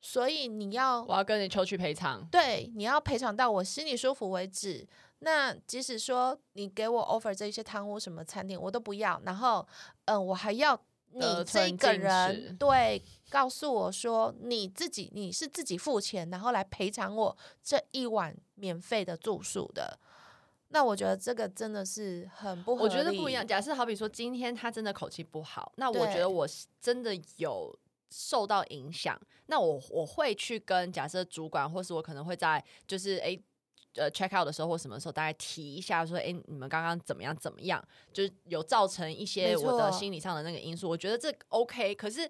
C: 所以你要
D: 我要跟你求取赔偿。
C: 对你要赔偿到我心里舒服为止。那即使说你给我 offer 这一些贪污什么餐点，我都不要，然后嗯，我还要。你
D: 得
C: 这
D: 寸
C: 个
D: 进
C: 人
D: 尺
C: 对告诉我说，你自己你是自己付钱，然后来赔偿我这一晚免费的住宿的。那我觉得这个真的是很不合
D: 我
C: 理。
D: 觉得不一样。假设好比说，今天他真的口气不好，那我觉
C: 对
D: 得我是真的有受到影响，那我我会去跟假设主管，或是我可能会在就是诶呃 check out 的时候或什么时候，大概提一下说，诶，你们刚刚怎么样怎么样，就是有造成一
C: 没
D: 些我的
C: 错
D: 心理上的那个因素。我觉得这 OK，可是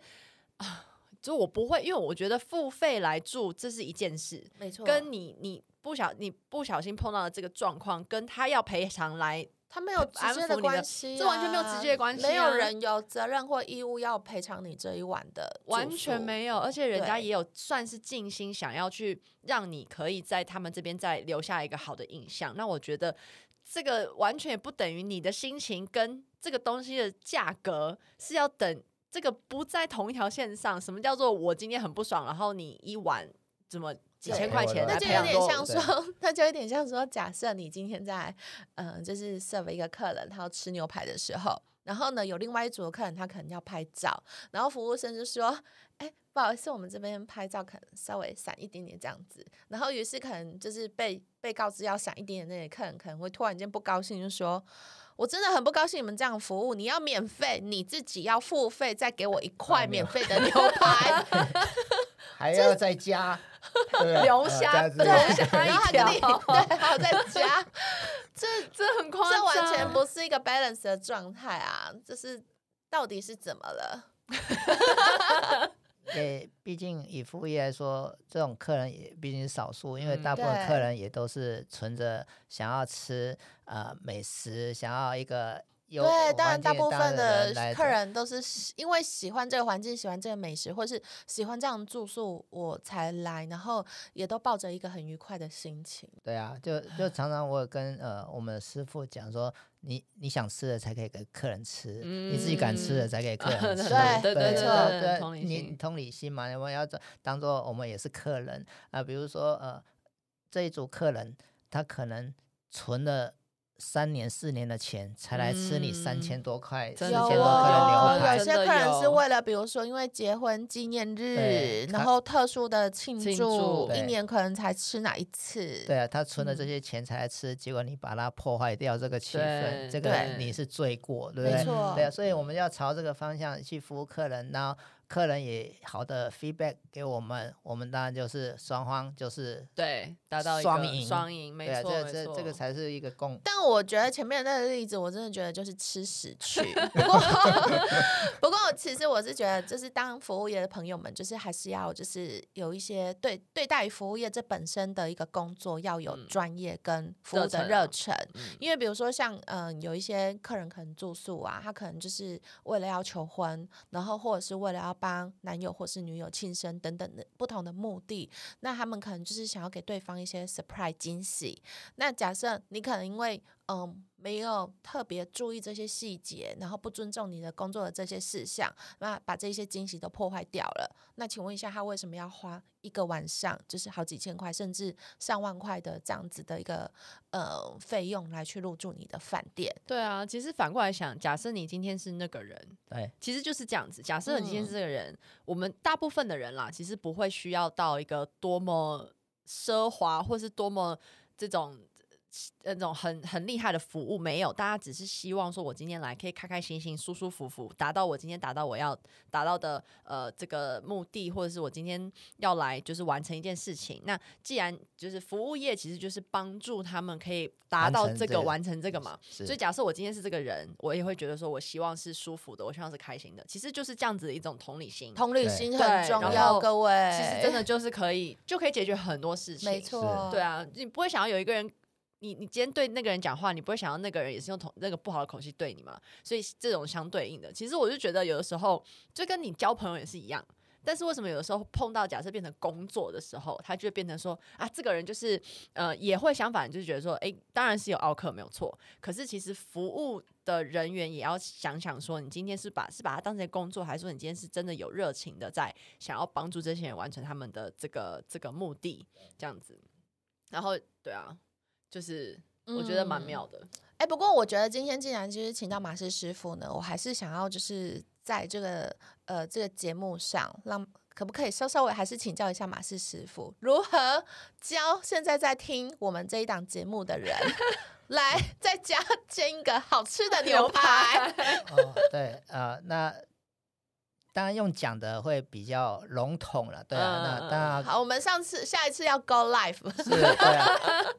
D: 啊，就我不会，因为我觉得付费来住这是一件事，
C: 没错，
D: 跟你你不小你不小心碰到的这个状况，跟他要赔偿来
C: 他没有直
D: 安
C: 接
D: 抚
C: 的
D: 你
C: 关
D: 的
C: 系、啊，
D: 这完全没有直接的关系
C: 没有
D: 啊
C: 人有责任或义务要赔偿你这一晚的住
D: 完全
C: 宿
D: 没有，而且人家
C: 对
D: 也有算是尽心想要去让你可以在他们这边再留下一个好的印象。那我觉得这个完全也不等于你的心情跟这个东西的价格是要等这个不在同一条线上。什么叫做我今天很不爽，然后你一晚怎么几
E: 对
D: 千块钱
C: 那
D: 来
C: 就
D: 培
C: 有
D: 养
C: 点
D: 多
C: 像
E: 对
C: 说，那就有点像说，假设你今天在，嗯、就是 serve 一个客人，他要吃牛排的时候，然后呢，有另外一组的客人，他可能要拍照，然后服务生就说，哎，不好意思，我们这边拍照可能稍微闪一点点这样子，然后于是可能就是被被告知要闪一点点那些客人，可能会突然间不高兴，就说。我真的很不高兴你们这样服务，你要免费，你自己要付费，再给我一块免费的牛排，
E: 还要再加
D: 龙虾
E: 对不对
C: 对
E: 呃
D: 龙
E: 加这个
D: 虾
C: 然后
D: 一
C: 还给你
D: 条，
C: 对，还有再 加，这
D: 这很夸张，
C: 这完全不是一个 balance 的状态啊！就是到底是怎么了？
E: 也毕竟以服务业来说，这种客人也毕竟是少数，因为
D: 嗯
E: 大部分客
C: 对
E: 人也都是存着想要吃呃美食，想要一个有
C: 对，当然
E: 环
C: 大
E: 境
C: 部
E: 当
C: 分
E: 的
C: 的
E: 人来
C: 客人都是喜因为喜欢这个环境、喜欢这个美食，或是喜欢这样住宿，我才来，然后也都抱着一个很愉快的心情。
E: 对啊，就就常常我有跟呃我们的师傅讲说，你你想吃的才可以给客人吃，你自己敢吃的
D: 嗯
E: 才给客人吃。
C: 对
E: 对
C: 没
E: 对
C: 错
E: 对
D: 对
E: 对
D: 同理
E: 你
D: 心
E: 你同理心嘛，我们要当做我们也是客人啊、比如说呃，这一组客人他可能存了。三年四年的钱才来吃你三千
D: 嗯
E: 多块、四
D: 真
E: 千
D: 的
E: 多
D: 有
E: 块
D: 钱
E: 的
D: 哦
E: 牛
C: 有
E: 排
C: 啊有，
D: 真
C: 些
D: 的
C: 客人是
D: 有
C: 为了，比如说因为结婚纪念日
E: 对，
C: 然
E: 他
C: 后特殊的庆
D: 庆
C: 祝，
D: 祝
C: 一
E: 对
C: 年可能才吃哪一次。
E: 对啊，他存了
C: 嗯
E: 这些钱才来吃，结果你把它破坏掉这个气
D: 对
E: 氛，这个
D: 对
E: 你是罪过，对不
C: 没
E: 对？
C: 错
E: 对啊，所以我们要朝这个方向去服务客人，然后客人也好的 feedback 给我们，我们当然就是双方就是
D: 对，达到一个
E: 双赢
D: 双赢，没
E: 对啊，
D: 错，
E: 这
D: 没
E: 这这个
D: 错
E: 才是一个共。
C: 但我觉得前面的那个例子，我真的觉得就是吃屎 去。不过，不过其实我是觉得，就是当服务业的朋友们，就是还是要就是有一些对对待于服务业这本身的一个工作，要有
D: 嗯
C: 专业跟服务的热
D: 热
C: 忱。啊
D: 嗯
C: 因为比如说像嗯、呃有一些客人可能住宿啊，他可能就是为了要求婚，然后或者是为了要帮男友或是女友庆生等等的不同的目的，那他们可能就是想要给对方一些 surprise 惊喜。那假设你可能因为嗯、没有特别注意这些细节，然后不尊重你的工作的这些事项，那把这些惊喜都破坏掉了。那请问一下，他为什么要花一个晚上，就是好几千块甚至上万块的这样子的一个呃费用来去入住你的饭店？
D: 对啊，其实反过来想，假设你今天是那个人，
E: 对，
D: 其实就是这样子。假设你今天是这个人，我们大部分的人啦，其实不会需要到一个多么奢华或是多么这种呃那种很很厉害的服务没有，大家只是希望说我今天来可以开开心心、舒舒服服，达到我今天达到我要达到的呃这个目的，或者是我今天要来就是完成一件事情。那既然就是服务业，其实就是帮助他们可以达
E: 完
D: 到
E: 成
D: 这
E: 这
D: 个
E: 个
D: 完成这个嘛。
E: 是
D: 所以假设我今天是这个人，我也会觉得说我希望是舒服的，我希望是开心的，其实就是这样子的一种同理心。
C: 同理
E: 对
C: 心
D: 对
C: 很重
D: 然
C: 要，
D: 后
C: 各位，
D: 其实真的就是可以，就可以解决很多事情。
C: 没错，
D: 对，啊，你不会想要有一个人，你你今天对那个人讲话，你不会想要那个人也是用同那个不好的口气对你嘛？所以这种相对应的，其实我就觉得有的时候就跟你交朋友也是一样。但是为什么有的时候碰到假设变成工作的时候，他就会变成说啊，这个人就是呃也会相反，就是觉得说，诶，当然是有奥克没有错，可是其实服务的人员也要想想说，你今天是把是把它当成工作，还是说你今天是真的有热情的在想要帮助这些人完成他们的这个这个目的，这样子。然后对啊，就是我觉得蛮
C: 嗯
D: 妙的，
C: 哎，不过我觉得今天既然就是请到马氏师傅呢，我还是想要就是在这个呃这个节目上让。可不可以稍稍微还是请教一下马氏师傅，如何教现在在听我们这一档节目的人， 来在家煎一个好吃的牛排？
E: 哦，对，呃，那当然用讲的会比较笼统了，对啊，
D: 嗯嗯
E: 那
D: 嗯
E: 当然
C: 好，我们上次下一次要 go live，
E: 是，对啊，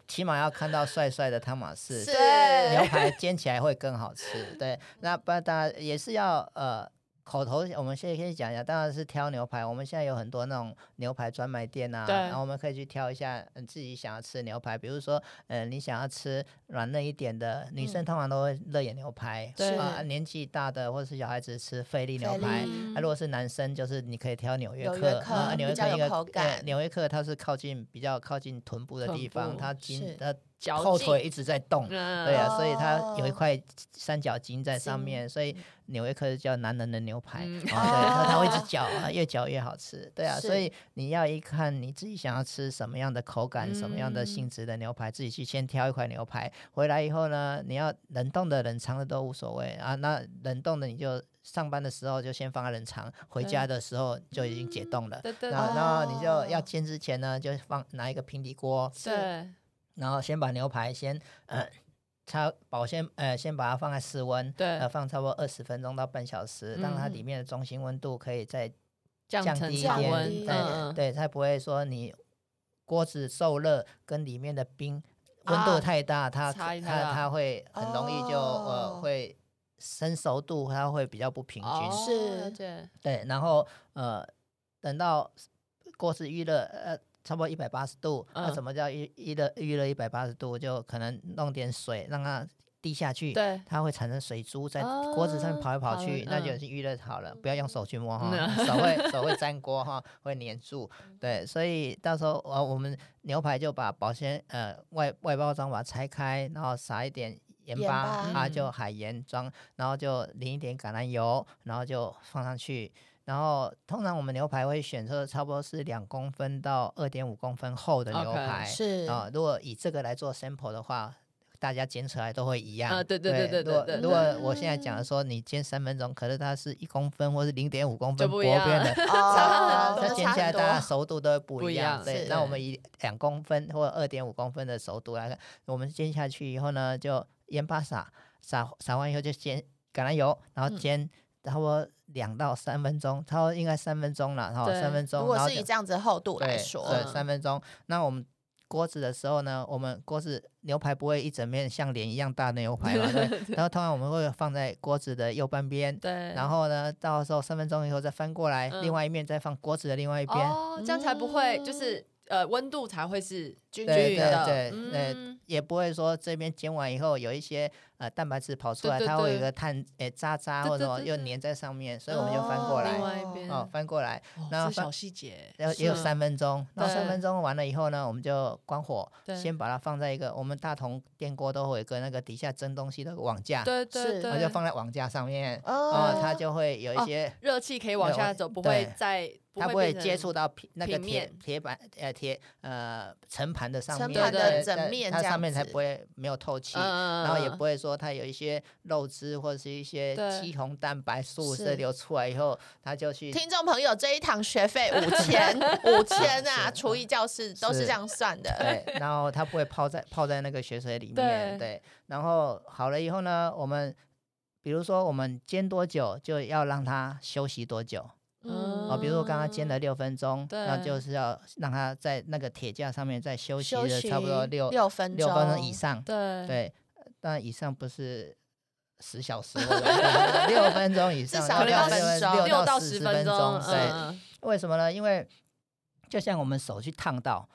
E: 起码要看到帅帅的 汤马士，
C: 对
E: 牛排煎起来会更好吃。对，那不然当然也是要呃。口头，我们现在可以讲一下，当然是挑牛排。我们现在有很多那种牛排专卖店啊，
D: 对
E: 然后我们可以去挑一下嗯自己想要吃的牛排。比如说，呃，你想要吃软嫩一点的，女
C: 嗯
E: 生通常都会热眼牛排，
D: 对
E: 啊，年纪大的或者是小孩子吃菲力牛
C: 菲力
E: 排，
D: 嗯
E: 啊，如果是男生，就是你可以挑纽约
C: 纽约
E: 客，
C: 客
E: 啊纽
C: 比
E: 约
C: 较
E: 客
C: 有
E: 一个
C: 口
E: 呃
C: 感
E: 纽约客它是靠近比较靠近臀部的
D: 臀
E: 地方，
D: 部
E: 它
C: 是
E: 筋它
D: 嚼
E: 后
D: 劲
E: 腿一直在动，
D: 嗯
E: 对啊，所以它有一
C: 哦
E: 块三角筋在上
C: 筋
E: 面，所以纽约客就叫男人的牛排，
D: 嗯
E: 哦，对，它它会一直嚼啊，越嚼越好吃，对啊，所
C: 是
E: 以你要一看你自己想要吃什么样的口感、什么样的性质的牛排，自己去先挑一块牛排，回来以后呢，你要冷冻的、冷藏的都无所谓啊，那冷冻的你就。上班的时候就先放在冷藏，回家的时候就已经解冻了。
D: 对嗯对
E: 然后，然后你就要
C: 哦
E: 煎之前呢，就放拿一个平底锅，
D: 对
E: 然后先把牛排先呃，它保鲜呃，先把它放在室温，
D: 对
E: 呃，放差不多二十分钟到半小时，让它
D: 嗯
E: 里面的中心温度可以再
D: 降
E: 降
D: 成
E: 低一
D: 常
E: 点
D: 温，
E: 对
D: 嗯嗯
E: 对，它不会说你锅子受热跟里面的冰温
C: 啊
E: 度太大，它
D: 差
E: 它
D: 异太大
E: 它会很容易就、
C: 哦
E: 呃会生熟度它会比较不平均，
D: 哦
C: 是
D: 了解
E: 对，然后呃，等到锅子预热，呃，差不多一百八十度。那、
D: 嗯
E: 什么叫预预热？预热一百八十度，就可能弄点水让它滴下去，
D: 对
E: 它会产生水珠在锅子上面
D: 哦
E: 跑来跑
D: 跑
E: 去，
D: 来
E: 那就
D: 嗯
E: 是预热好了，不要用手去 摸哈，
D: 嗯
E: 手会手会沾锅哈，会粘住。对，所以到时候呃，我们牛排就把保鲜呃外外包装把它拆开，然后撒一点盐
C: 盐
E: 巴
C: 巴
E: 啊，就
D: 嗯
E: 海盐装，然后就淋一点橄榄油，然后就放上去。然后通常我们牛排会选择差不多是两公分到二点五公分厚的牛
D: OK，
E: 排
C: 是，
E: 啊、如果以这个来做 sample 的话，大家煎出来都会一样。
D: 啊对对对对
E: 如果
D: 对对
E: 如果我现在讲的说你煎三分钟，可是它是一公分或是零点五公
D: 就
E: 分
D: 不
E: 薄
D: 一样
E: 边的
C: 哦，
E: 它
C: 真的
E: 煎
C: 差
E: 起来
C: 很
E: 大家
C: 多，
E: 熟度都会不
D: 不一
E: 一样
D: 样。
E: 对
C: 是，
E: 那我们以两公分或二点五公分的熟度来看，我们煎下去以后呢，就盐巴撒撒撒完以后就煎橄榄油，然
C: 嗯
E: 后煎差不多两到三分钟，差不多应该三分钟了，然后
D: 对
E: 三分钟，
C: 如果
E: 然后
C: 是
E: 就
C: 以这样子的厚度来
E: 对
C: 说，
E: 对，
D: 嗯
E: 三分钟。那我们锅子的时候呢，我们锅子牛排不会一整面像脸一样大的牛排嘛，对。 然后通常我们会放在锅子的右半边，
D: 对，
E: 然后呢，到时候三分钟以后再翻过来，
D: 嗯
E: 另外一面再放锅子的另外一边。
D: 哦，这样才不会就是呃温度才会是均
E: 对
D: 匀
E: 对
D: 的，
E: 对对
D: 嗯，
E: 也不会说这边煎完以后有一些呃蛋白质跑出
D: 对
E: 来，
D: 对
E: 它会有一
D: 对
E: 个碳诶渣渣
D: 对
E: 或者
D: 对
E: 什么
D: 对
E: 又
D: 对
E: 粘在上面，所以我们就翻过来
D: 另
C: 哦
D: 外一边
E: 哦，翻过来，
D: 哦
E: 然后
D: 这
E: 翻
D: 小细节
E: 然后呃也有
D: 是
E: 三分钟，然后三
D: 对
E: 分钟完了以后呢，我们就关火，
D: 对
E: 先把它放在一个我们大同电锅都会有一个那个底下蒸东西的网架，
D: 对
C: 是
D: 对
E: 然后就
D: 对，
E: 放在网架上面，然
C: 哦
E: 后它就会有一
D: 哦
E: 些，
D: 热气可以往
E: 对
D: 下
E: 我
D: 走，不
E: 对
D: 会再
E: 它不
D: 会
E: 会
D: 变
E: 接
D: 成
E: 触到平那个
D: 平
E: 铁
D: 面
E: 铁板呃铁呃盛盘的上
C: 盛
E: 面，
D: 盘的
E: 对
C: 整
E: 对
C: 面
E: 它
C: 这
E: 上
C: 样
E: 面才
C: 子
E: 不会没有透气。
D: 嗯
E: 然后也不
D: 会
E: 会说它有一些肉汁或者是一些
D: 对
E: 肌红蛋白素
C: 是
E: 是流出来以后，它就去
C: 听众朋友，这一堂学费五 千，五千啊！
E: 是
C: 厨艺教室都是
E: 是
C: 这样算 的。
E: 对，然后它不会泡在泡在那个血水里面，
D: 对
E: 对。然后好了以后呢，我们比如说我们煎多久，就要让它休息多久
D: 嗯
E: 哦。比如说刚刚煎了
D: 嗯
E: 六分钟，那
D: 对
E: 就是要让它在那个铁架上面再休息
C: 休
E: 了差不多
C: 息
E: 六
C: 六分
E: 六分钟以
C: 钟
E: 上，
D: 对
E: 对。但以上不是十小时或者 六分钟以上，
C: 少
E: 要
C: 六
E: 到
C: 分
E: 六
C: 钟
E: 六
D: 六
E: 到
D: 到
E: 十
D: 十
E: 分
D: 钟，
E: 钟，对。
D: 嗯
E: 为什么呢？因为就像我们手去烫到，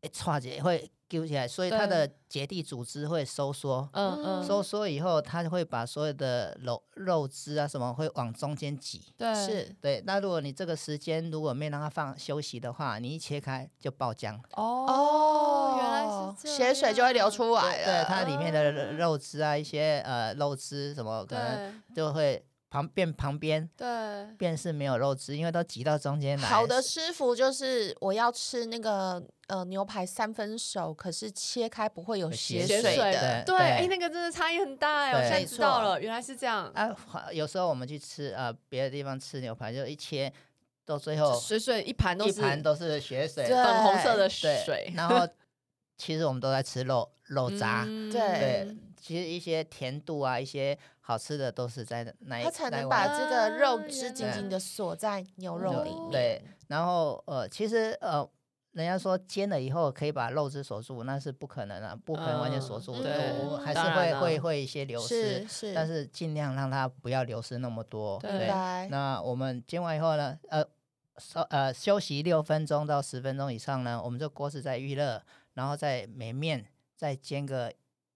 E: 一歘结会揪起来，所以它
D: 对
E: 的结缔组织会收缩。
D: 嗯嗯，
E: 收缩以后，它会把所有的肉肉汁啊什么会往中间挤。
D: 对
C: 是
E: 对，那如果你这个时间如果没让它放休息的话，你一切开就爆浆，
D: 哦，原来是这
C: 血水就会流
D: 样，
C: 出来
E: 对
C: 了。
E: 它里面的
D: 啊
E: 肉肉汁啊，一些呃肉汁什么可能
D: 对
E: 就会旁变旁边
D: 对，
E: 便是没有肉汁，因为都挤到中间来。
C: 好的师傅就是我要吃那个呃牛排三分熟，可是切开不会有
E: 有
C: 血
E: 血
C: 水
D: 水
C: 的。
D: 对，哎，那个真的差异很大哎，我
E: 对
D: 现在
C: 没
D: 知道
C: 错
D: 了，原来是这样，
E: 啊，华有时候我们去吃呃别的地方吃牛排，就一切到最
D: 就
E: 后
D: 水水一盘都
E: 一
D: 是
E: 盘都是血水，
C: 对
D: 粉红色的
E: 对
D: 水，
E: 然后其实我们都在吃肉肉渣，
D: 嗯
E: 对，其实一些甜度啊，一些好吃的都是在那一
C: 它才
E: 那一
C: 能把
E: 碗
C: 这个肉
D: 啊
C: 汁
D: 原
C: 紧紧
E: 来
C: 的锁在牛肉里
E: 就
C: 面。
E: 对，然后呃，其实呃。人家说煎了以后可以把肉汁锁住，那是不可能啊，不可能完全锁
D: 嗯
E: 住，
C: 对
E: 我还是
D: 当然
E: 会
D: 啊
E: 会会一些流失
C: 是，是，
E: 但是尽量让它不要流失那么多。
D: 对
C: 明白
E: 那我们煎完以后呢，呃，稍呃休息六分钟到十分钟以上呢，我们这锅是在预热，然后在每面再煎个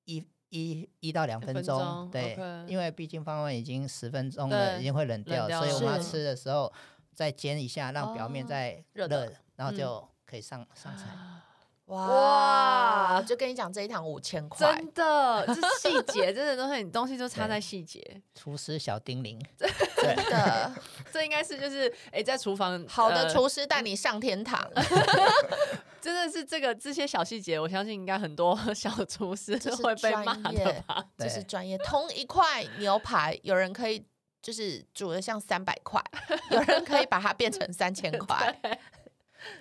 E: 一一一到两分
D: 分
E: 钟，
D: 钟
E: 对
D: OK
E: 因为毕竟方案已经十分钟了，
D: 对
E: 已经会冷掉，
D: 掉
E: 所以我们要
C: 了
E: 吃的时候再煎一下，让表面
D: 哦
E: 再
D: 热
E: 热，
D: 的
E: 然后
D: 嗯
E: 就可以上、上菜。
C: 哇，
D: 哇
C: 就跟你讲这一堂五千块，
D: 真的，这细节真的都很，东 西都差在细节。
E: 厨师小叮咛，
C: 真的
D: 这应该是就是，哎、在厨房
C: 好的
D: 呃
C: 厨师带你上天 堂，
D: 真的是这个这些小细节，我相信应该很多 小厨师
C: 这是
D: 会被骂
C: 专业
D: 的吧？
C: 这
E: 对
C: 是专业。同一块牛排，有人可以就是煮的像三百块，有人可以把它变成三 千块，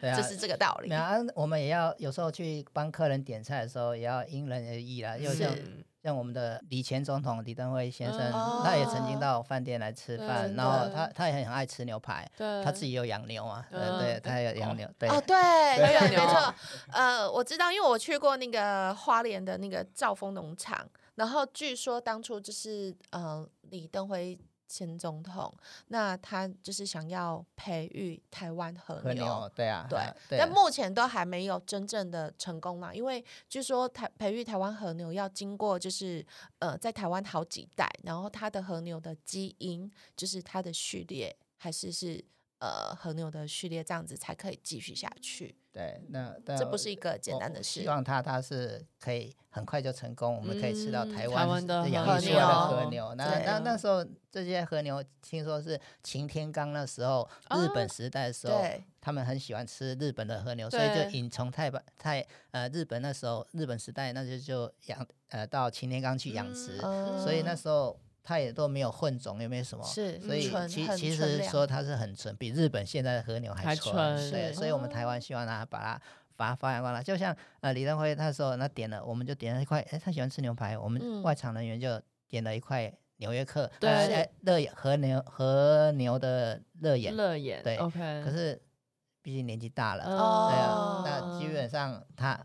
E: 对啊，
C: 就是这个道理
E: 没。有啊，我们也要有时候去帮客人点菜的时候，也要因人而异啦。就是像像我们的李前总统李登辉先生，
D: 嗯
E: 他也
C: 哦
E: 曾经到饭店来吃
D: 对
E: 饭，
D: 真
E: 然后
D: 的
E: 他他也很爱吃牛排，
D: 对
E: 他自己有养牛啊，
D: 嗯
E: 呃对，他有养牛，对，
C: 哦， 对对，
D: 对
C: 没错，呃，我知道，因为我去过那个花莲的那个兆丰农场，然后据说当初就是呃李登辉前总统，那他就是想要培育台湾和
E: 和
C: 牛，
E: 牛，对啊，
C: 对
E: 啊
C: 但目前都还没有真正的成功啦，因为据说台培育台湾和牛要经过就是呃在台湾好几代，然后它的和牛的基因就是它的序列还是是呃和牛的序列这样子才可以继续下去，
E: 对，那但
C: 这不是一个简
E: 我
C: 单的
E: 我
C: 事
E: 呃哦希。望他他是可以很快就成功，我们可以吃到
D: 嗯
E: 台
D: 台
E: 湾
D: 湾的
E: 养
C: 和
E: 育出来
C: 牛
E: 的和牛。那
C: 对
E: 那那时候这些和牛听说是秦天刚那时候日本时代的时候
C: 哦对，
E: 他们很喜欢吃日本的和牛，所以就
D: 对
E: 引从泰吧泰呃日本那时候日本时代那就就养呃到秦天刚去养殖，
C: 嗯
E: 所以那时候。他也都没有混种，也没什么，
C: 是
E: 所以
C: 纯
E: 其
C: 很
E: 其
C: 纯
E: 实
C: 粮
E: 说它是很纯，比日本现在的和牛
D: 还
E: 还纯，
D: 纯
E: 对，
C: 是
E: 所以我们台湾希望它把它把它发扬光大，就像呃李登辉那时候那点了，我们就点了一块，哎，他喜欢吃牛排，我
C: 嗯
E: 们外场人员就点了一块纽约客，
D: 对
E: 呃哎热眼和牛和牛的热眼，
D: 乐眼
E: 对
D: ，OK，嗯
E: 可是毕竟年纪大了，
C: 哦
E: 对
C: 哦
E: 啊，那基本上他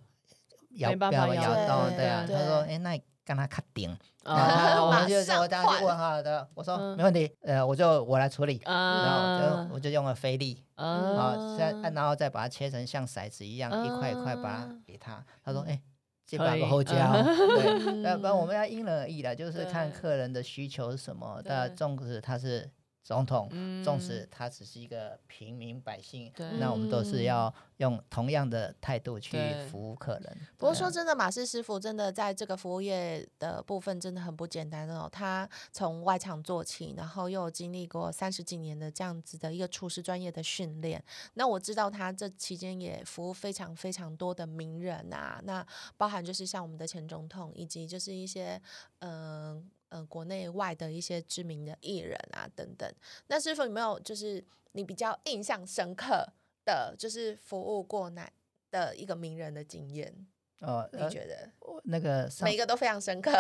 E: 咬
D: 没办
E: 不要
D: 法
E: 咬
D: 咬
E: 到，
C: 对
E: 对啊，
C: 对
E: 他说，哎，那你跟他卡顶，
D: 哦
E: 然后我
C: 马
E: 们就
C: 上
E: 说这样去
C: 换
E: 问他的，我说
D: 嗯
E: 没问题，呃，我就我来处理，然后我
D: 啊
E: 就我就用了菲力。
D: 啊
E: 啊，再按然后再把它切成像骰子一样、一块一块把它
D: 嗯
E: 给他。他说：“哎、这
D: 可
E: 把
D: 以
E: 个后
D: 嗯
E: 胶。对， 那不然我们要因人而异的，就是看
D: 对
E: 客人的需求是什么。那
D: 对
E: 粽子它是总统，
D: 嗯
E: 纵使他只是一个平民百姓，
D: 对
E: 那我们都是
C: 嗯
E: 要用同样的态度去
D: 对
E: 服务客人。
C: 不过
E: 对
C: 说
E: 啊
C: 真的，马氏师傅真的在这个服务业的部分真的很不简单哦。他从外场做起，然后又有经历过三十几年的这样子的一个厨师专业的训练。那我知道他这期间也服务非常非常多的名人啊，那包含就是像我们的前总统，以及就是一些嗯呃国内外的一些知名的艺人啊等等。那师傅有没有就是你比较印象深刻的就是服务过哪的一个名人的经验？
E: 哦，
C: 你
E: 呃
C: 觉得？
E: 我那个上
C: 每个都非常 深刻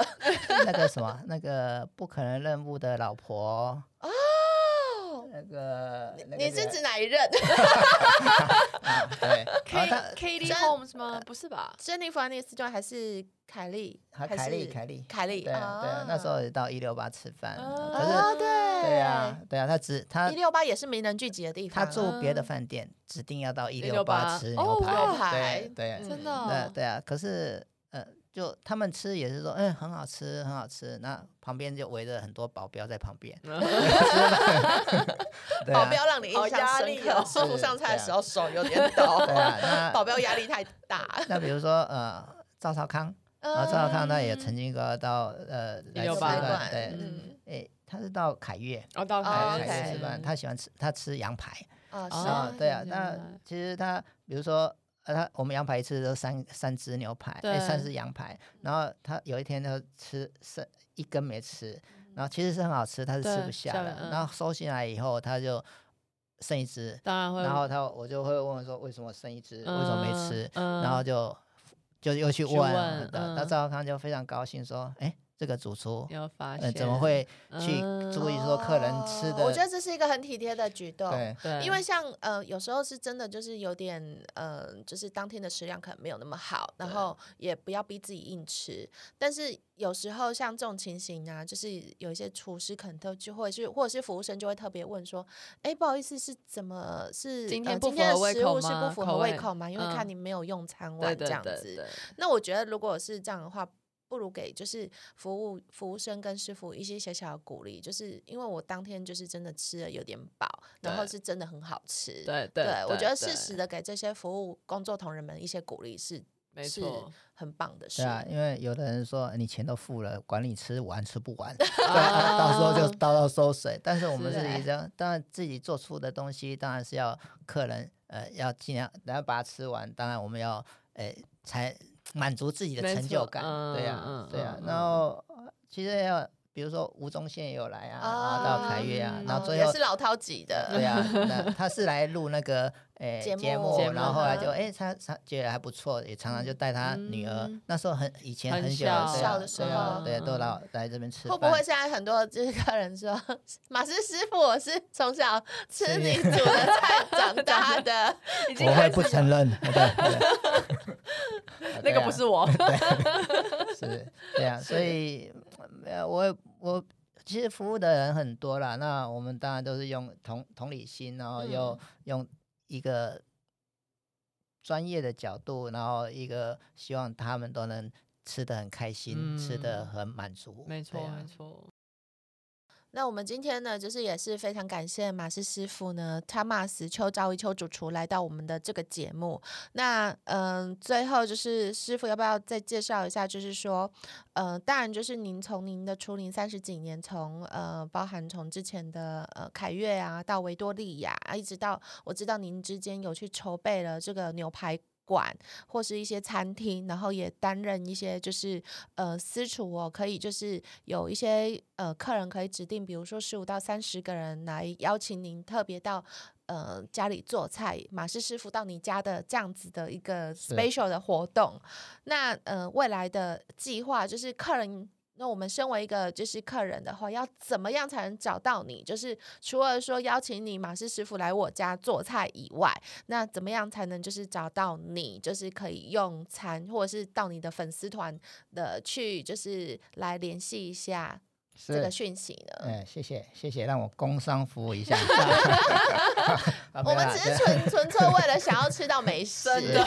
E: 那个什么那个不可能任务的老婆，
C: 哦。
E: 那个那个
C: 你是
E: 谁
C: 指哪一任
E: 啊对，
D: K
E: 然后他
D: K D
C: 真
D: Holmes 吗？不是吧？
C: ？Jennifer Aniston 还是凯莉？
E: 还
C: 还
E: 啊凯莉
C: 是
E: 凯莉
C: 凯莉
E: 对啊对啊，那时候也到一六八吃饭，可是
C: 哦对
E: 对啊对啊，他只他
C: 一六八也是名人聚集的地
E: 他
C: 方。啊
E: 住别的
D: 嗯
E: 饭店，指定要到一六
D: 168
E: 八吃
D: 哦
E: 牛
D: 哇
E: 排，对对，
D: 真的
E: 那
D: 哦，
E: 对啊，可是呃，就他们吃也是说，嗯，很好吃，很好吃。那旁边就围着很多保镖在旁边，对
C: 保
E: 啊，
C: 镖让你
D: 好
C: 印象
D: 压
C: 深
D: 力
C: 刻，
D: 哦
C: 师傅
E: 是
C: 上菜的
E: 对啊
C: 时候手有点抖，
E: 对啊。那
C: 保镖压力太 大。
E: 那比如说呃，赵少康，啊，赵少康那
D: 嗯
E: 也曾经过到呃来
D: 有
E: 吃
D: 吧
E: 饭，对，
C: 嗯，
E: 诶，他是到凯悦。
D: 哦，到
C: 哦
E: 来凯悦
C: OK
E: 吃饭，他喜欢吃，他吃羊排
C: 啊
D: 哦
C: 是
E: 啊
C: 啊，
E: 对啊。
D: 是这样
E: 那
D: 的
E: 其实他，比如说，呃，他我们羊排吃都三三只牛排，诶三
D: 对嗯
E: 只羊排，然后他有一天他吃剩一根没吃，然后其实是很好吃，他是吃
D: 嗯对嗯
E: 不下
D: 下
E: 的。
D: 面
E: 然后收进来以后，他就剩一只，
D: 当然会，
E: 然后他我就会问说为什么剩一只，为什么没
D: 嗯
E: 吃，
D: 嗯
E: 然后就就又去
D: 去
E: 问
D: 问
E: 了，那
D: 嗯
E: 赵少康就非常高兴说，哎，这个主厨
D: 你。有发
E: 呃，
D: 现
E: 怎么？会去
D: 嗯哦
E: 注意说客人吃的？
C: 哦我觉得这是一个很体贴的举动。
E: 对，
D: 对，
C: 因为像呃，有时候是真的就是有点呃，就是当天的食量可能没有那么好，然后也不要逼自己硬吃。但是有时候像这种情形啊，就是有一些厨师可能都就会是，或者是服务生就会特别问说：“哎，不好意思，是怎么是
D: 今
C: 呃
D: 天不
C: 今天
D: 符
C: 的
D: 合胃
C: 食
D: 口
C: 物是不
D: 吗
C: 符
D: 口
C: 合胃
D: 味
C: 口吗？因为看
D: 嗯
C: 你没有用餐
D: 对
C: 完
D: 对
C: 这样
D: 对
C: 子。
D: 对”
C: 那我觉得如果是这样的话。不如给就是服务服务生跟师傅一些小小的鼓励，就是因为我当天就是真的吃了有点饱，然后
D: 对
C: 是真的很好吃，
D: 对
C: 对
D: 对对，
C: 我觉得
D: 对
C: 适时的给这些服务工作同仁们一些鼓励是
D: 没
C: 是
D: 错，
C: 很棒的事。
E: 对啊，因为有的人说哎你钱都付了，管你吃完吃不 完，对啊，到时候就叨叨收水。但是我
D: 哦
E: 们
D: 是哎
E: 自己这样，当然自己做出的东西，当然是要客人呃要尽量，然后把它吃完。当然我们要呃才满足自己的
D: 没
E: 成就
D: 错
E: 感，
D: 嗯
E: 对
D: 嗯
E: 啊，对啊
D: 嗯。
E: 然
D: 嗯
E: 后呃其实要比如说吴宗宪也有来啊，然后到凯悦啊
D: 嗯，
E: 然
C: 哦
E: 后最
C: 也
E: 后
C: 是老饕级的，
E: 对啊，那他是来录那个诶
C: 节
E: 节
C: 目
D: 节
E: 然后
D: 目
E: 后来就
C: 嗯
E: 诶，他他觉得还不错，也常常就带他女儿
D: 嗯，
E: 那时候很以前
D: 很
E: 很久
D: 小
E: 对啊
C: 小的时
E: 对啊
C: 候
E: 对啊，都
D: 嗯
E: 老来这边吃
C: 会
E: 饭，
C: 不会现在很多就是客人说， 马师师傅，我是从小吃
E: 吃
C: 你
E: 你
C: 煮的菜长大 的，
D: 已经
E: 我
D: 开始
E: 会不承认？对对啊
D: 那个不是我，
E: 是，对啊，所以呃，我我其实服务的人很多啦，那我们当然都是用同同理心，然后又
C: 嗯
E: 用一个专业的角度，然后一个希望他们都能吃的很开心，吃的
D: 嗯
E: 很满足，
D: 没
E: 对
D: 错
E: 啊
D: 没错，
C: 那我们今天呢，就是也是非常感谢马氏师傅呢，他马斯邱昭一邱主厨来到我们的这个节目。那嗯，最后就是师傅要不要再介绍一下？就是说，呃，当然就是您从您的初龄三十几年从，呃包含从之前的呃凯悦啊，到维多利亚，啊一直到我知道您之间有去筹备了这个牛排。馆或是一些餐厅，然后也担任一些就是呃私厨哦，可以就是有一些呃客人可以指定，比如说十五到三十个人来邀请您特别到呃家里做菜，马氏师傅到你家的这样子的一个
E: 是
C: special 的活动。那呃未来的计划就是客人。那我们身为一个就是客人的话，要怎么样才能找到你？就是除了说邀请你马氏师傅来我家做菜以外，那怎么样才能就是找到你，就是可以用餐，或者是到你的粉丝团的去，就是来联系一下
E: 是
C: 这个讯息呢？
E: 嗯，谢谢谢谢，让我工商服务一 下。 啊没
C: 我
E: 有
C: 们
E: 啦
C: 只
E: 对
C: 是纯纯粹为了想要吃到美食，
E: 是是是是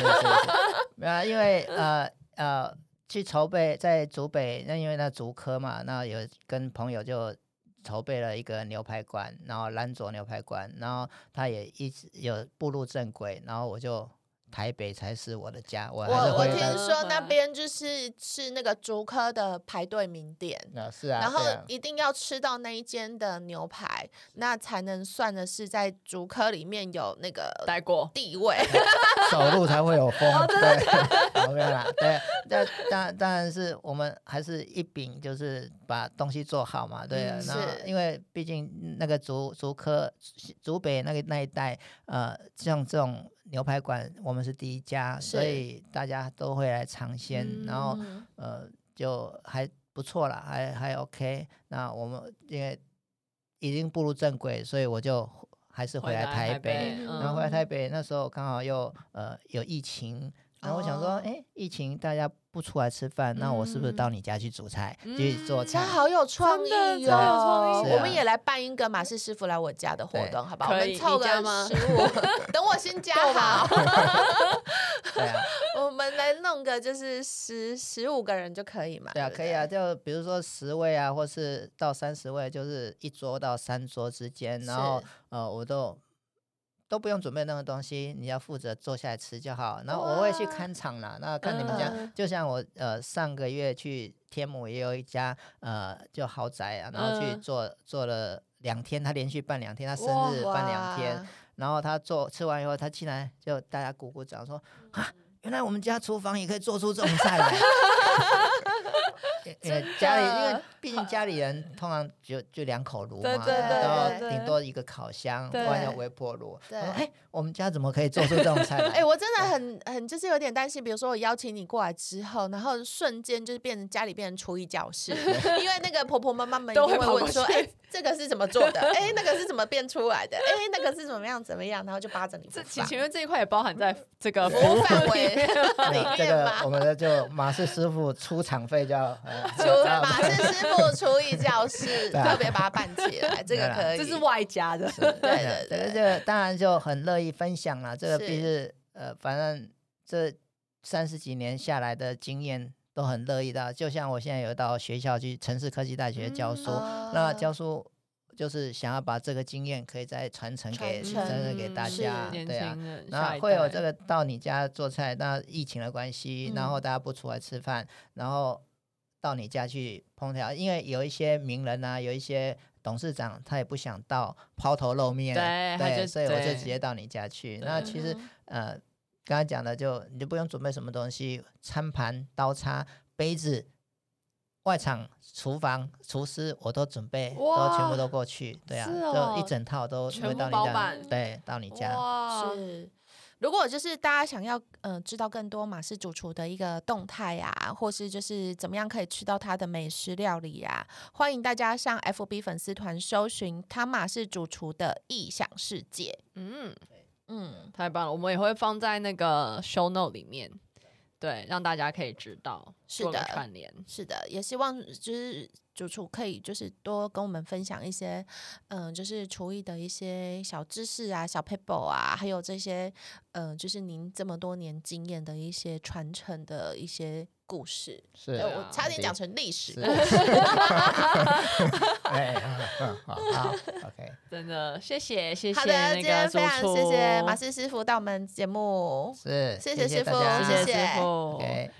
E: 没有啊，因为呃呃，去筹备在竹北，那因为那竹科嘛，那有跟朋友就筹备了一个牛排馆，然后兰州牛排馆，然后他也一直有步入正轨，然后我就台北才是我的家，我
C: 我
E: 还是
C: 我
E: 会
C: 听
E: 在。
C: 说那边就是是那个竹科的排队名店，
E: 那、是啊，
C: 然后
E: 对啊
C: 一定要吃到那一间的牛排，那才能算的是在竹科里面有那个
D: 待过，
C: 地位。
E: 走路才会有风，
C: 哦
E: 对，好没有啦，对，那当当然是我们还是一饼，就是把东西做好嘛，对
C: 嗯，
E: 那、
C: 是
E: 因为毕竟那个竹竹科竹北那个那一带，呃，像这种牛排馆，我们是第一家，所
C: 是
E: 以大家都会来尝鲜， 然后
C: 嗯
E: 呃，就还不错啦，还还 OK。那我们因为已经步入正轨，所以我就还是回来台北。
C: 嗯
E: 然后回来台北那时候刚好又呃有疫情，然后我想说，
C: 哦嗯
E: 哎、疫情大家不出来吃饭，那我是不是到你家去煮菜，去做
D: 嗯
C: 这
E: 菜？
C: 好有创意
D: 真的
C: 哟、
D: 超有创
E: 意是
C: 我
E: 啊
C: 们也来办一个马氏师傅来我家的活动，好不好？我
D: 可
C: 们
D: 以
C: 凑
D: 你
C: 个
D: 家吗
C: 十 五，等我先加好。
E: 对啊，
C: 我们来弄个就是十十五个人就可以嘛？
E: 对啊，
C: 不
E: 可以啊。。就比如说十位啊，或是到三十位，就是一桌到三桌之间，然后
C: 是
E: 呃，我都都不用准备那个东西，你要负责坐下来吃就好。然后我会去
C: 哇
E: 看场啦，那看你们家，
C: 嗯
E: 就像我呃上个月去天母也有一家呃就豪宅啊，然后去
D: 嗯
E: 做、做了两天，他连续办两天，他生
D: 哇
E: 日办两天
C: 哇，，
E: 然后他做吃完以后，他进来就大家鼓鼓掌说
C: 嗯
E: 啊。原来我们家厨房也可以做出这种菜 来，因因为
C: 真
E: 家里，
C: 的
E: 因为毕竟家里人通常就就两口炉嘛，
D: 对对
C: 对
E: 然后
D: 对
E: 顶多一个烤箱，不
D: 对
E: 然有微波炉。
C: 对
E: 我说哎，我们家怎么可以做出这种菜来？
C: 哎、我真的很很就是有点担心，比如说我邀请你过来之后，然后瞬间就是变成家里变成厨艺教 室，因为那个婆婆妈妈们一
D: 都
C: 定会
D: 会跑过
C: 问说，
D: 去
C: 哎、这个是怎么做 的？哎、那个是怎么变出来的？哎、那个是怎么样怎么样？然后就扒着你不
D: 这其
C: 放。
D: 前面这一块也包含
C: 嗯
D: 在这个
C: 服
E: 啊
D: 服
C: 务
D: 务
C: 范
D: 范
C: 围
D: 围里面。
E: 对
C: 里
E: 这
C: 面
E: 个
C: 吗
E: 我们的就马氏师傅出场费就要，呃
C: 厨
E: 要
C: 马氏师傅厨艺教室
E: 对啊
C: 特别把它办起来，这
E: 对啊
C: 个
E: 啦
C: 可以。
D: 这是外加的，
C: 对对
E: 这个
C: 对
E: 这个当然就很乐意分享啦。这个必
C: 是
E: 是呃，反正这三十几年下来的经验都很乐意的。就像我现在有到学校去城市科技大学教
D: 嗯
E: 书，
C: 哦
E: 那教书就是想要把这个经验可以再传承给
C: 传
E: 传
C: 承
E: 承给大
C: 是
E: 家，
D: 嗯年
E: 对啊
D: 轻。人下
E: 那
D: 一
E: 会有
D: 代
E: 这个到你家做菜，那疫情的关系，然后
C: 嗯
E: 大家不出来吃饭，然后到你家去烹调，因为有一些名人啊，有一些董事长他也不想到抛头露面，
D: 对他就
E: 所以我就
D: 对
E: 直接到你家去。那
D: 对
E: 其实
C: 嗯
E: 呃，刚刚讲的就你就不用准备什么东西，餐盘、刀叉、杯子。外场厨房厨师我都准备，都全部
D: 哇
E: 都过去，对啊，
D: 是哦
E: 就一整套都
D: 全
E: 会
D: 部
E: 到你
D: 包
E: 家
D: 办，
E: 对，到你家，
D: 哇，
C: 是。哦如果就是大家想要呃知道更多马氏主厨的一个动态啊，或是就是怎么样可以吃到他的美食料理啊，欢迎大家上 FB 粉丝团搜寻他马氏主厨的异想世界。
D: 嗯，
C: 嗯，
D: 太棒了，我们也会放在那个 show note 里面，对，让大家可以知道，
C: 是
D: 做个
C: 的
D: 串联，
C: 是的，也希望就是主厨可以就是多跟我们分享一些，嗯、就是厨艺的一些小知识啊、小 paper 啊，还有这些，呃，就是您这么多年经验的一些传承的一些故事。
E: 是
C: 呃
D: 对
C: 我
D: 啊
C: 差点
E: 对
C: 讲成历史
E: 是
C: 故事。
E: 哎，嗯好好，OK，
D: 真的，谢谢，谢谢
C: 好的，
D: 那
C: 今
D: 个
C: 天
D: 主
C: 非常
D: 厨，
C: 谢谢马氏师傅到我们节目，
E: 是，
C: 谢谢师傅
E: 大家
D: 谢
C: 谢
D: 谢
C: 谢
D: 师傅。
E: ，OK，